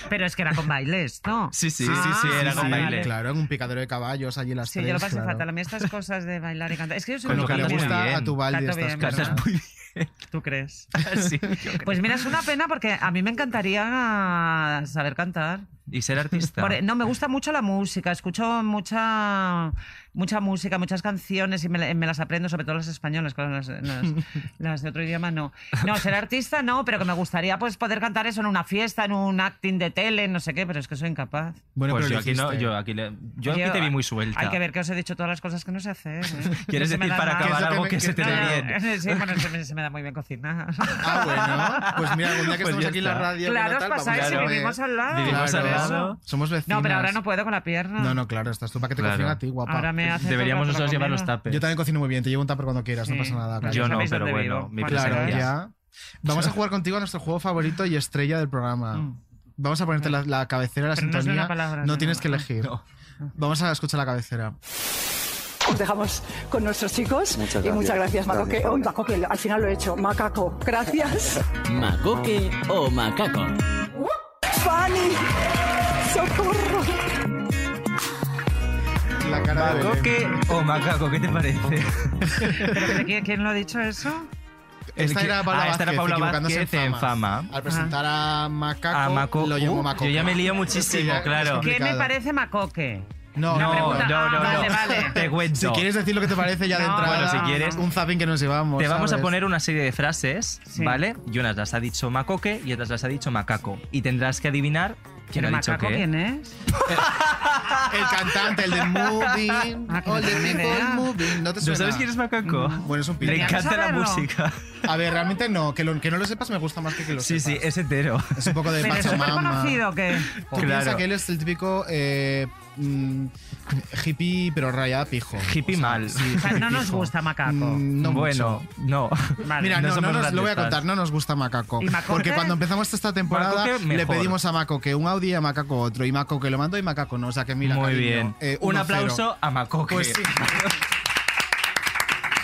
S4: Pero es que era con bailes, ¿no?
S1: Sí, sí,
S4: Ah,
S1: sí, sí, era con
S4: vale,
S1: baile.
S4: vale.
S2: claro, en un picadero de caballos allí las
S4: Sí,
S2: tres.
S4: yo lo pasé
S2: claro.
S4: fatal. A mí estas cosas de bailar y cantar. Es que yo soy
S2: Con lo
S4: muy
S2: que le
S4: cantora.
S2: gusta
S1: bien.
S2: a tu balde
S4: Canto
S2: estas
S4: bien,
S2: cosas.
S4: ¿verdad?
S1: Cantas muy bien. Ah,
S4: ¿Tú crees?
S1: Sí, yo creo.
S4: Pues mira, es una pena porque a mí me encantaría saber cantar.
S1: Y ser artista.
S4: Por- no, me gusta mucho la música, escucho mucha, mucha música, muchas canciones y me, la- me las aprendo, sobre todo las españolas, claro, las, las- las de otro idioma no. No, ser artista no, pero que me gustaría pues poder cantar eso en una fiesta, en un acting de tele, no sé qué, pero es que soy incapaz.
S2: Bueno,
S1: pues
S2: pero
S1: yo
S2: lo
S1: aquí no,
S2: hiciste.
S1: yo aquí, le- yo aquí
S4: Yo-
S1: te vi muy suelta.
S4: Hay que ver que os he dicho todas las cosas que no sé hacer. ¿eh?
S1: ¿Quieres
S4: No se me
S1: decir
S4: da
S1: para
S4: nada.
S1: acabar algo que se te
S4: No,
S1: dé
S4: no,
S1: bien?
S4: Sí, bueno, se me, se me da muy bien cocinar.
S2: Ah, bueno. Pues mira, algún día que
S1: Pues
S2: estemos
S1: ya
S2: aquí en la
S1: está.
S2: radio.
S4: Claro,
S2: ¿qué
S4: os
S2: tal?
S4: pasáis
S2: Vamos
S4: y
S2: a ver.
S4: vivimos al lado.
S1: Vivimos al
S2: Claro.
S1: lado.
S2: Somos vecinos.
S4: No, pero ahora no puedo con la pierna.
S2: No, no, claro, estás tú para que te
S1: Claro.
S2: cocine a ti, guapa.
S4: Ahora me hace
S1: Deberíamos
S4: todo el rato
S1: nosotros
S4: la
S1: llevar los
S4: comida.
S1: tapes.
S2: Yo también cocino muy bien, te llevo un tupper cuando quieras, no
S4: Sí.
S2: pasa nada.
S4: Claro,
S1: Yo no,
S4: sabéis
S1: pero
S4: dónde
S1: bueno,
S4: vivo.
S1: mi
S4: Bueno,
S2: Claro,
S1: presencia.
S2: ya. Vamos a jugar contigo a nuestro juego favorito y estrella del programa. Vamos a ponerte la, la cabecera, la
S4: Mm. Pero no es
S2: sintonía.
S4: una palabra,
S2: no
S4: no,
S2: tienes que
S4: no.
S2: elegir. Vamos a escuchar la cabecera.
S3: Os dejamos con nuestros chicos.
S6: Muchas
S3: y muchas gracias,
S6: gracias.
S3: Macoque.
S6: Gracias,
S3: Oh,
S6: Paula.
S3: Macoque, al final lo he hecho. Macaco, gracias.
S6: ¿Macoque o macaco?
S3: Fanny, socorro.
S2: La cara de Belén.
S1: ¿Macoque o macaco? ¿Qué te parece?
S4: ¿Pero que- ¿quién, quién lo ha dicho eso?
S2: Esta
S1: El que-
S2: era Paula
S1: ah, esta era
S2: Vázquez,
S1: Paula
S2: equivocándose
S1: Vázquez
S2: en
S1: en
S2: fama.
S1: fama.
S2: Al
S4: Ah.
S2: presentar a Macaco,
S1: A Maco-
S2: lo llamo
S1: Uh,
S2: Macoco.
S1: yo ya me lío muchísimo,
S2: ya es
S1: claro.
S4: ¿Qué me
S2: complicado.
S4: parece macoque?
S2: No,
S4: Una
S2: no,
S4: pregunta.
S1: no,
S4: Ah,
S1: no,
S4: vale,
S1: no.
S4: vale.
S1: Te cuento.
S2: Si quieres decir lo que te parece ya de
S4: No,
S2: entrada,
S4: Bueno, si
S1: quieres-
S2: un zapping que nos llevamos.
S1: Te vamos a
S2: ¿sabes?
S1: poner una serie de frases, ¿vale? Y unas las ha dicho macoque y otras las ha dicho macaco. Y tendrás que adivinar quién
S4: ¿Pero
S1: ha dicho
S4: macaco
S1: qué.
S4: quién es?
S2: El cantante, el de Moving,
S4: Ah, que no
S2: all the
S4: tengo ni
S2: people
S4: idea.
S2: moving. ¿No te
S1: ¿No
S2: suena? Mm.
S1: sabes quién es macaco?
S2: Bueno, es un
S1: Le
S2: piloto.
S1: encanta la
S4: saberlo.
S1: música.
S2: A ver, realmente no. Que, lo- que no lo sepas me gusta más que que lo
S1: Sí, sí,
S2: sepas.
S1: es entero.
S2: Es un poco de
S4: ¿Pero es súper
S2: Pachamama.
S4: conocido que
S2: Tú piensa
S1: Claro.
S2: que él es el típico eh, mm, hippie, pero raya pijo.
S1: Hippie mal.
S4: O sea, no nos gusta macaco.
S2: Mm, no
S1: bueno, no.
S4: Vale.
S2: Mira,
S1: No
S2: no, no
S1: somos
S2: nos, lo voy a
S1: racistas.
S2: contar, no nos gusta Macaco.
S1: ¿Y Macoque?
S2: Porque cuando empezamos esta temporada
S1: Macoque,
S2: le
S1: mejor.
S2: pedimos a Maco que un Audi y a Macaco otro. Y Maco que lo mandó y Macaco no. O sea que mira,
S1: Muy
S2: cariño,
S1: bien.
S2: eh,
S1: Un
S2: 1-0.
S1: aplauso a Macoque.
S2: Pues sí.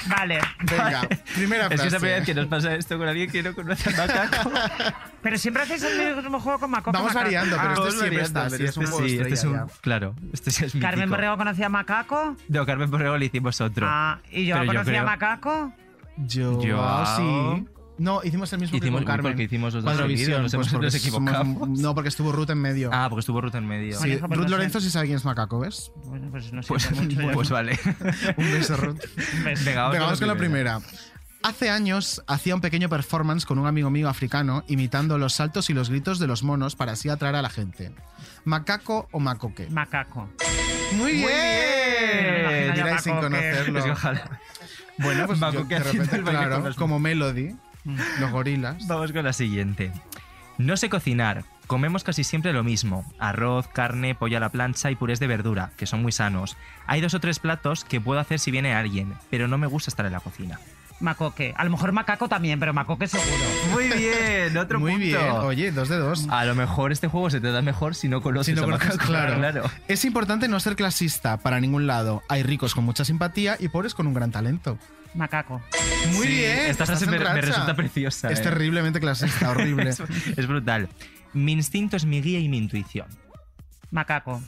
S4: Vale.
S2: Venga, primera
S1: Es que es
S2: frase.
S1: la primera vez que nos pasa esto con alguien que no conoce a Macaco.
S4: Pero siempre hacéis el mismo juego con Macoco.
S2: Vamos
S4: Macaco.
S2: variando, pero
S4: Ah,
S2: este
S4: vamos
S2: siempre
S4: variando.
S2: está.
S1: Este
S2: Este es un
S1: sí,
S2: modo
S1: este es
S2: estrella
S1: un- Claro, este sí es mítico.
S4: Carmen Borrego conocía a Macaco
S1: No, Carmen Borrego le hicimos otro.
S4: Ah, y yo
S1: Pero
S4: conocía
S1: creo-
S4: a Macaco.
S2: Yo, ah,
S1: Joao.
S2: sí. No, hicimos el mismo
S1: Hicimos-
S2: que con Carmen.
S1: porque hicimos los dos
S2: Cuadrovisión,
S1: seguidos,
S2: pues
S1: nos hemos-
S2: porque
S1: nos equivocamos.
S2: somos- no, porque estuvo Ruth en medio.
S1: Ah, porque estuvo Ruth en medio.
S2: Sí,
S4: Bueno, pues no
S2: Ruth
S4: sé.
S2: Lorenzo sí sabe quién es Macaco, ¿ves?
S4: Bueno, pues no sé
S1: Pues,
S4: mucho. yo.
S1: pues vale.
S2: Un beso, Ruth.
S1: Venga,
S2: Venga,
S1: vamos
S2: vamos con la primera. Hace años hacía un pequeño performance con un amigo mío africano imitando los saltos y los gritos de los monos para así atraer a la gente. ¿Macaco o macoque?
S4: Macaco.
S2: ¡Muy bien!
S4: Me imagino ya
S2: Diráis sin
S4: macoque.
S2: conocerlo.
S1: Es que ojalá.
S2: Bueno, pues yo,
S1: Macoque
S2: de
S1: haciendo
S2: repente,
S1: el baile con
S2: claro,
S1: los- Mm.
S2: como Melody, los gorilas.
S1: Vamos con la siguiente. No sé cocinar. Comemos casi siempre lo mismo. Arroz, carne, pollo a la plancha y purés de verdura, que son muy sanos. Hay dos o tres platos que puedo hacer si viene alguien, pero no me gusta estar en la cocina.
S4: Macoque. A lo mejor Macaco también, pero Macoque seguro.
S1: Muy bien, otro
S2: Muy
S1: punto.
S2: bien, oye, dos de dos.
S1: A lo mejor este juego se te da mejor si no conoces
S2: Si no
S1: a
S2: conoces,
S1: Macaco,
S2: claro.
S1: claro.
S2: Es importante no ser clasista para ningún lado. Hay ricos con mucha simpatía y pobres con un gran talento.
S4: Macaco.
S2: Muy
S1: Sí,
S2: bien.
S1: Esta
S2: estás
S1: frase
S2: en
S1: me, me
S2: racha.
S1: resulta preciosa.
S2: Es
S1: eh.
S2: terriblemente clasista, horrible.
S1: es, es brutal. Mi instinto es mi guía y mi intuición.
S4: Macaco.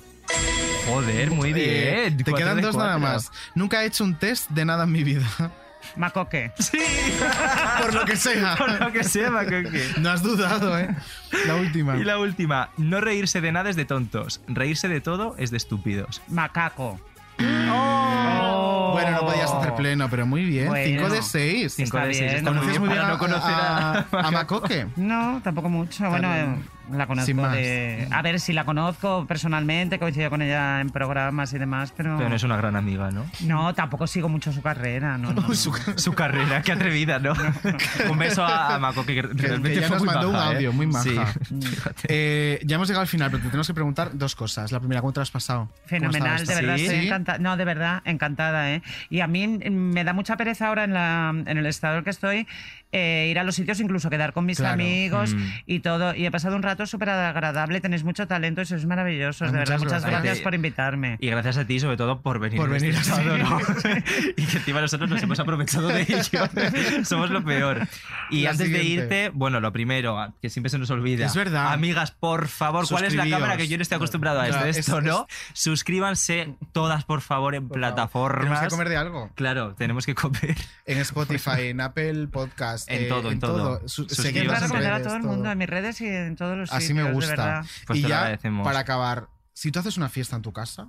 S1: Joder, muy
S2: Eh,
S1: bien.
S2: te
S1: Cuatro
S2: quedan
S1: de
S2: dos nada
S1: cuatro.
S2: más. Nunca he hecho un test de nada en mi vida.
S4: Macoque.
S1: Sí,
S2: Por lo que sea.
S1: por lo que sea, Macoque.
S2: No has dudado, ¿eh? La última.
S1: Y la última, no reírse de nada es de tontos, reírse de todo es de estúpidos.
S4: Macaco.
S2: Bueno, no podías hacer pleno, pero muy bien.
S4: Bueno.
S2: Cinco de seis.
S1: Cinco
S4: Está
S1: de seis,
S4: bien,
S1: está
S2: Conoces
S1: muy
S2: muy
S1: bien
S2: bien
S1: para
S2: a,
S1: no conocer
S2: a-
S1: a-
S2: a Macoque.
S4: No, tampoco mucho. Bueno,
S2: bien.
S4: eh, la conozco
S2: Sin más.
S4: de... A ver si la conozco personalmente, coincido con ella en programas y demás, pero...
S1: Pero no es una gran amiga, ¿no?
S4: No, tampoco sigo mucho su carrera, no, no, no.
S1: Su carrera, qué atrevida, ¿no? Un beso a, a Macoque, que,
S2: que
S1: realmente
S2: ya
S1: fue
S2: nos
S1: muy
S2: mandó un
S1: maja, ¿eh?
S2: audio, muy maja. Mm.
S1: Sí.
S2: Eh, ya hemos llegado al final, pero te tenemos que preguntar dos cosas. La primera, ¿cómo te lo has pasado? ¿Cómo
S4: Fenomenal, de
S2: estabas?
S4: verdad,
S2: ¿Sí?
S4: estoy
S2: ¿Sí?
S4: encanta- No, de verdad, encantada, ¿eh? Y a mí mm, me da mucha pereza ahora en, la, en el estado que estoy eh, ir a los sitios, incluso quedar con mis
S2: Claro.
S4: amigos
S1: Mm.
S4: y todo. Y he pasado un rato súper agradable, tenéis mucho talento y sois maravillosos,
S2: Ah,
S4: de verdad.
S2: muchas
S4: Muchas
S2: gracias.
S4: gracias por invitarme.
S1: Y gracias a ti, sobre todo, por venir.
S2: Por
S1: a este
S2: venir, sí.
S1: estado, ¿no? y que encima nosotros nos hemos aprovechado de ello. Somos lo peor. Y
S2: La
S1: antes
S2: siguiente.
S1: de irte, bueno, lo primero, ah, que siempre se nos olvida.
S2: Es verdad.
S1: Amigas, por favor, ¿cuál es la
S2: Suscribíos.
S1: cámara que yo no estoy acostumbrado a
S2: Ya,
S1: esto?
S2: es-
S1: Esto,
S2: es-
S1: ¿no? Suscríbanse todas, por favor, en
S2: Tenemos que
S1: plataformas.
S2: comer de algo.
S1: Claro, tenemos que comer.
S2: En Spotify, en Apple Podcast.
S1: En
S2: eh,
S1: todo, en todo.
S2: Su-
S1: Suscribiros
S4: Yo voy
S2: Seguidnos
S4: a
S1: en
S4: recomendar a
S2: redes,
S4: todo el
S2: todo.
S4: mundo en mis redes y en todos los
S2: Así
S4: sitios,
S2: me
S4: de
S2: gusta.
S4: verdad.
S1: Pues
S2: y
S1: te lo
S2: ya,
S1: agradecemos.
S2: para acabar, si tú haces una fiesta en tu casa,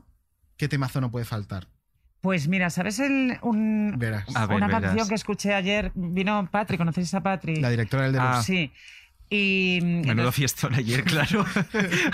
S2: ¿qué temazo no puede faltar?
S4: Pues mira, ¿sabes el, un,
S2: Verás.
S1: A ver,
S4: una
S1: verás.
S4: canción que escuché ayer? Vino Patri, ¿conocéis a Patri?
S2: La directora del Deluxe.
S1: Ah.
S4: Sí. Y mm,
S1: Menudo
S4: entonces-
S1: fiestón ayer, claro.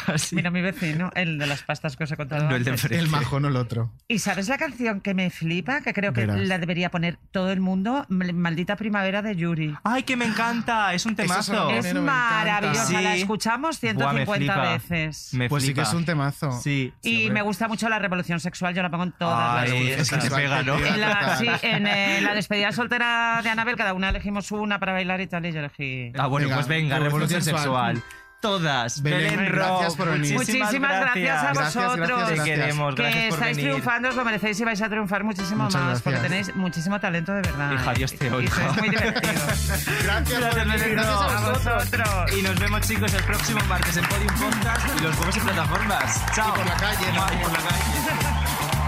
S1: Así.
S4: Mira, mi vecino, el de las pastas que os he contado.
S1: No, el de
S4: antes.
S1: enfrente.
S2: el majo, no el otro.
S4: ¿Y sabes la canción que me flipa? Que creo que
S2: Verás.
S4: la debería poner todo el mundo. M- Maldita primavera de Yuri.
S1: ¡Ay, que me encanta! Es un temazo.
S2: Oh,
S4: es
S2: nena, me
S4: maravillosa.
S2: encanta.
S4: La
S1: Sí.
S4: escuchamos
S1: Buah, me
S4: 150
S1: flipa.
S4: veces.
S1: Me
S2: Pues sí que
S1: flipa.
S2: es un temazo.
S1: Sí.
S4: Y me gusta mucho la revolución sexual. Yo la pongo en todas las
S1: Ay,
S2: Revolución
S1: es que se
S2: Sexual.
S1: pega, ¿no?
S4: En la,
S2: Total.
S4: sí, en eh, la despedida soltera de Anabel, cada una elegimos una para bailar y tal, y yo elegí.
S1: Ah, bueno,
S2: Venga,
S1: pues venga, revolución
S2: Revolución
S1: sexual.
S2: Sexual.
S1: Todas.
S2: Belén,
S1: Belén, Ro,
S2: gracias por venir.
S1: Muchísimas,
S4: Muchísimas gracias a
S2: Gracias,
S4: vosotros.
S2: gracias,
S1: Te
S2: gracias.
S1: queremos, gracias
S4: que
S1: por
S4: estáis
S1: venir.
S4: triunfando, os lo merecéis y vais a triunfar muchísimo
S2: Muchas
S4: más, porque
S2: gracias.
S4: tenéis muchísimo talento de verdad.
S1: Hija, Dios te
S4: Y
S1: oiga.
S4: sois muy divertidos.
S2: Gracias, por
S1: Gracias,
S2: venir,
S1: Belén,
S2: gracias
S1: Ro.
S2: a vosotros.
S1: Y nos vemos, chicos, el próximo martes en Podium Podcast y los jueves en plataformas. Chao.
S2: por la calle,
S1: Y
S2: ¿no?
S1: por la calle.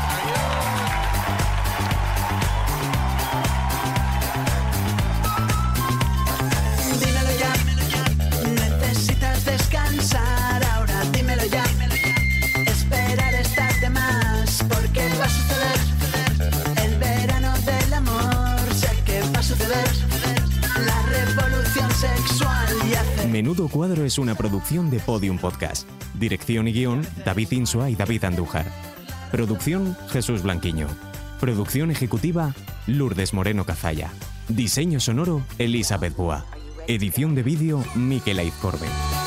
S11: Dímelo ya. Necesitas descansar ahora, dímelo ya. Esperar estás de más, porque va a suceder. El verano del amor, sé que va a suceder. La revolución sexual y hace
S18: Menudo Cuadro es una producción de Podium Podcast. Dirección y guión, David Insua y David Andújar. Producción, Jesús Blanquiño. Producción ejecutiva, Lourdes Moreno Cazalla. Diseño sonoro, Elizabeth Boa. Edición de vídeo, Miquel Aizcorbe.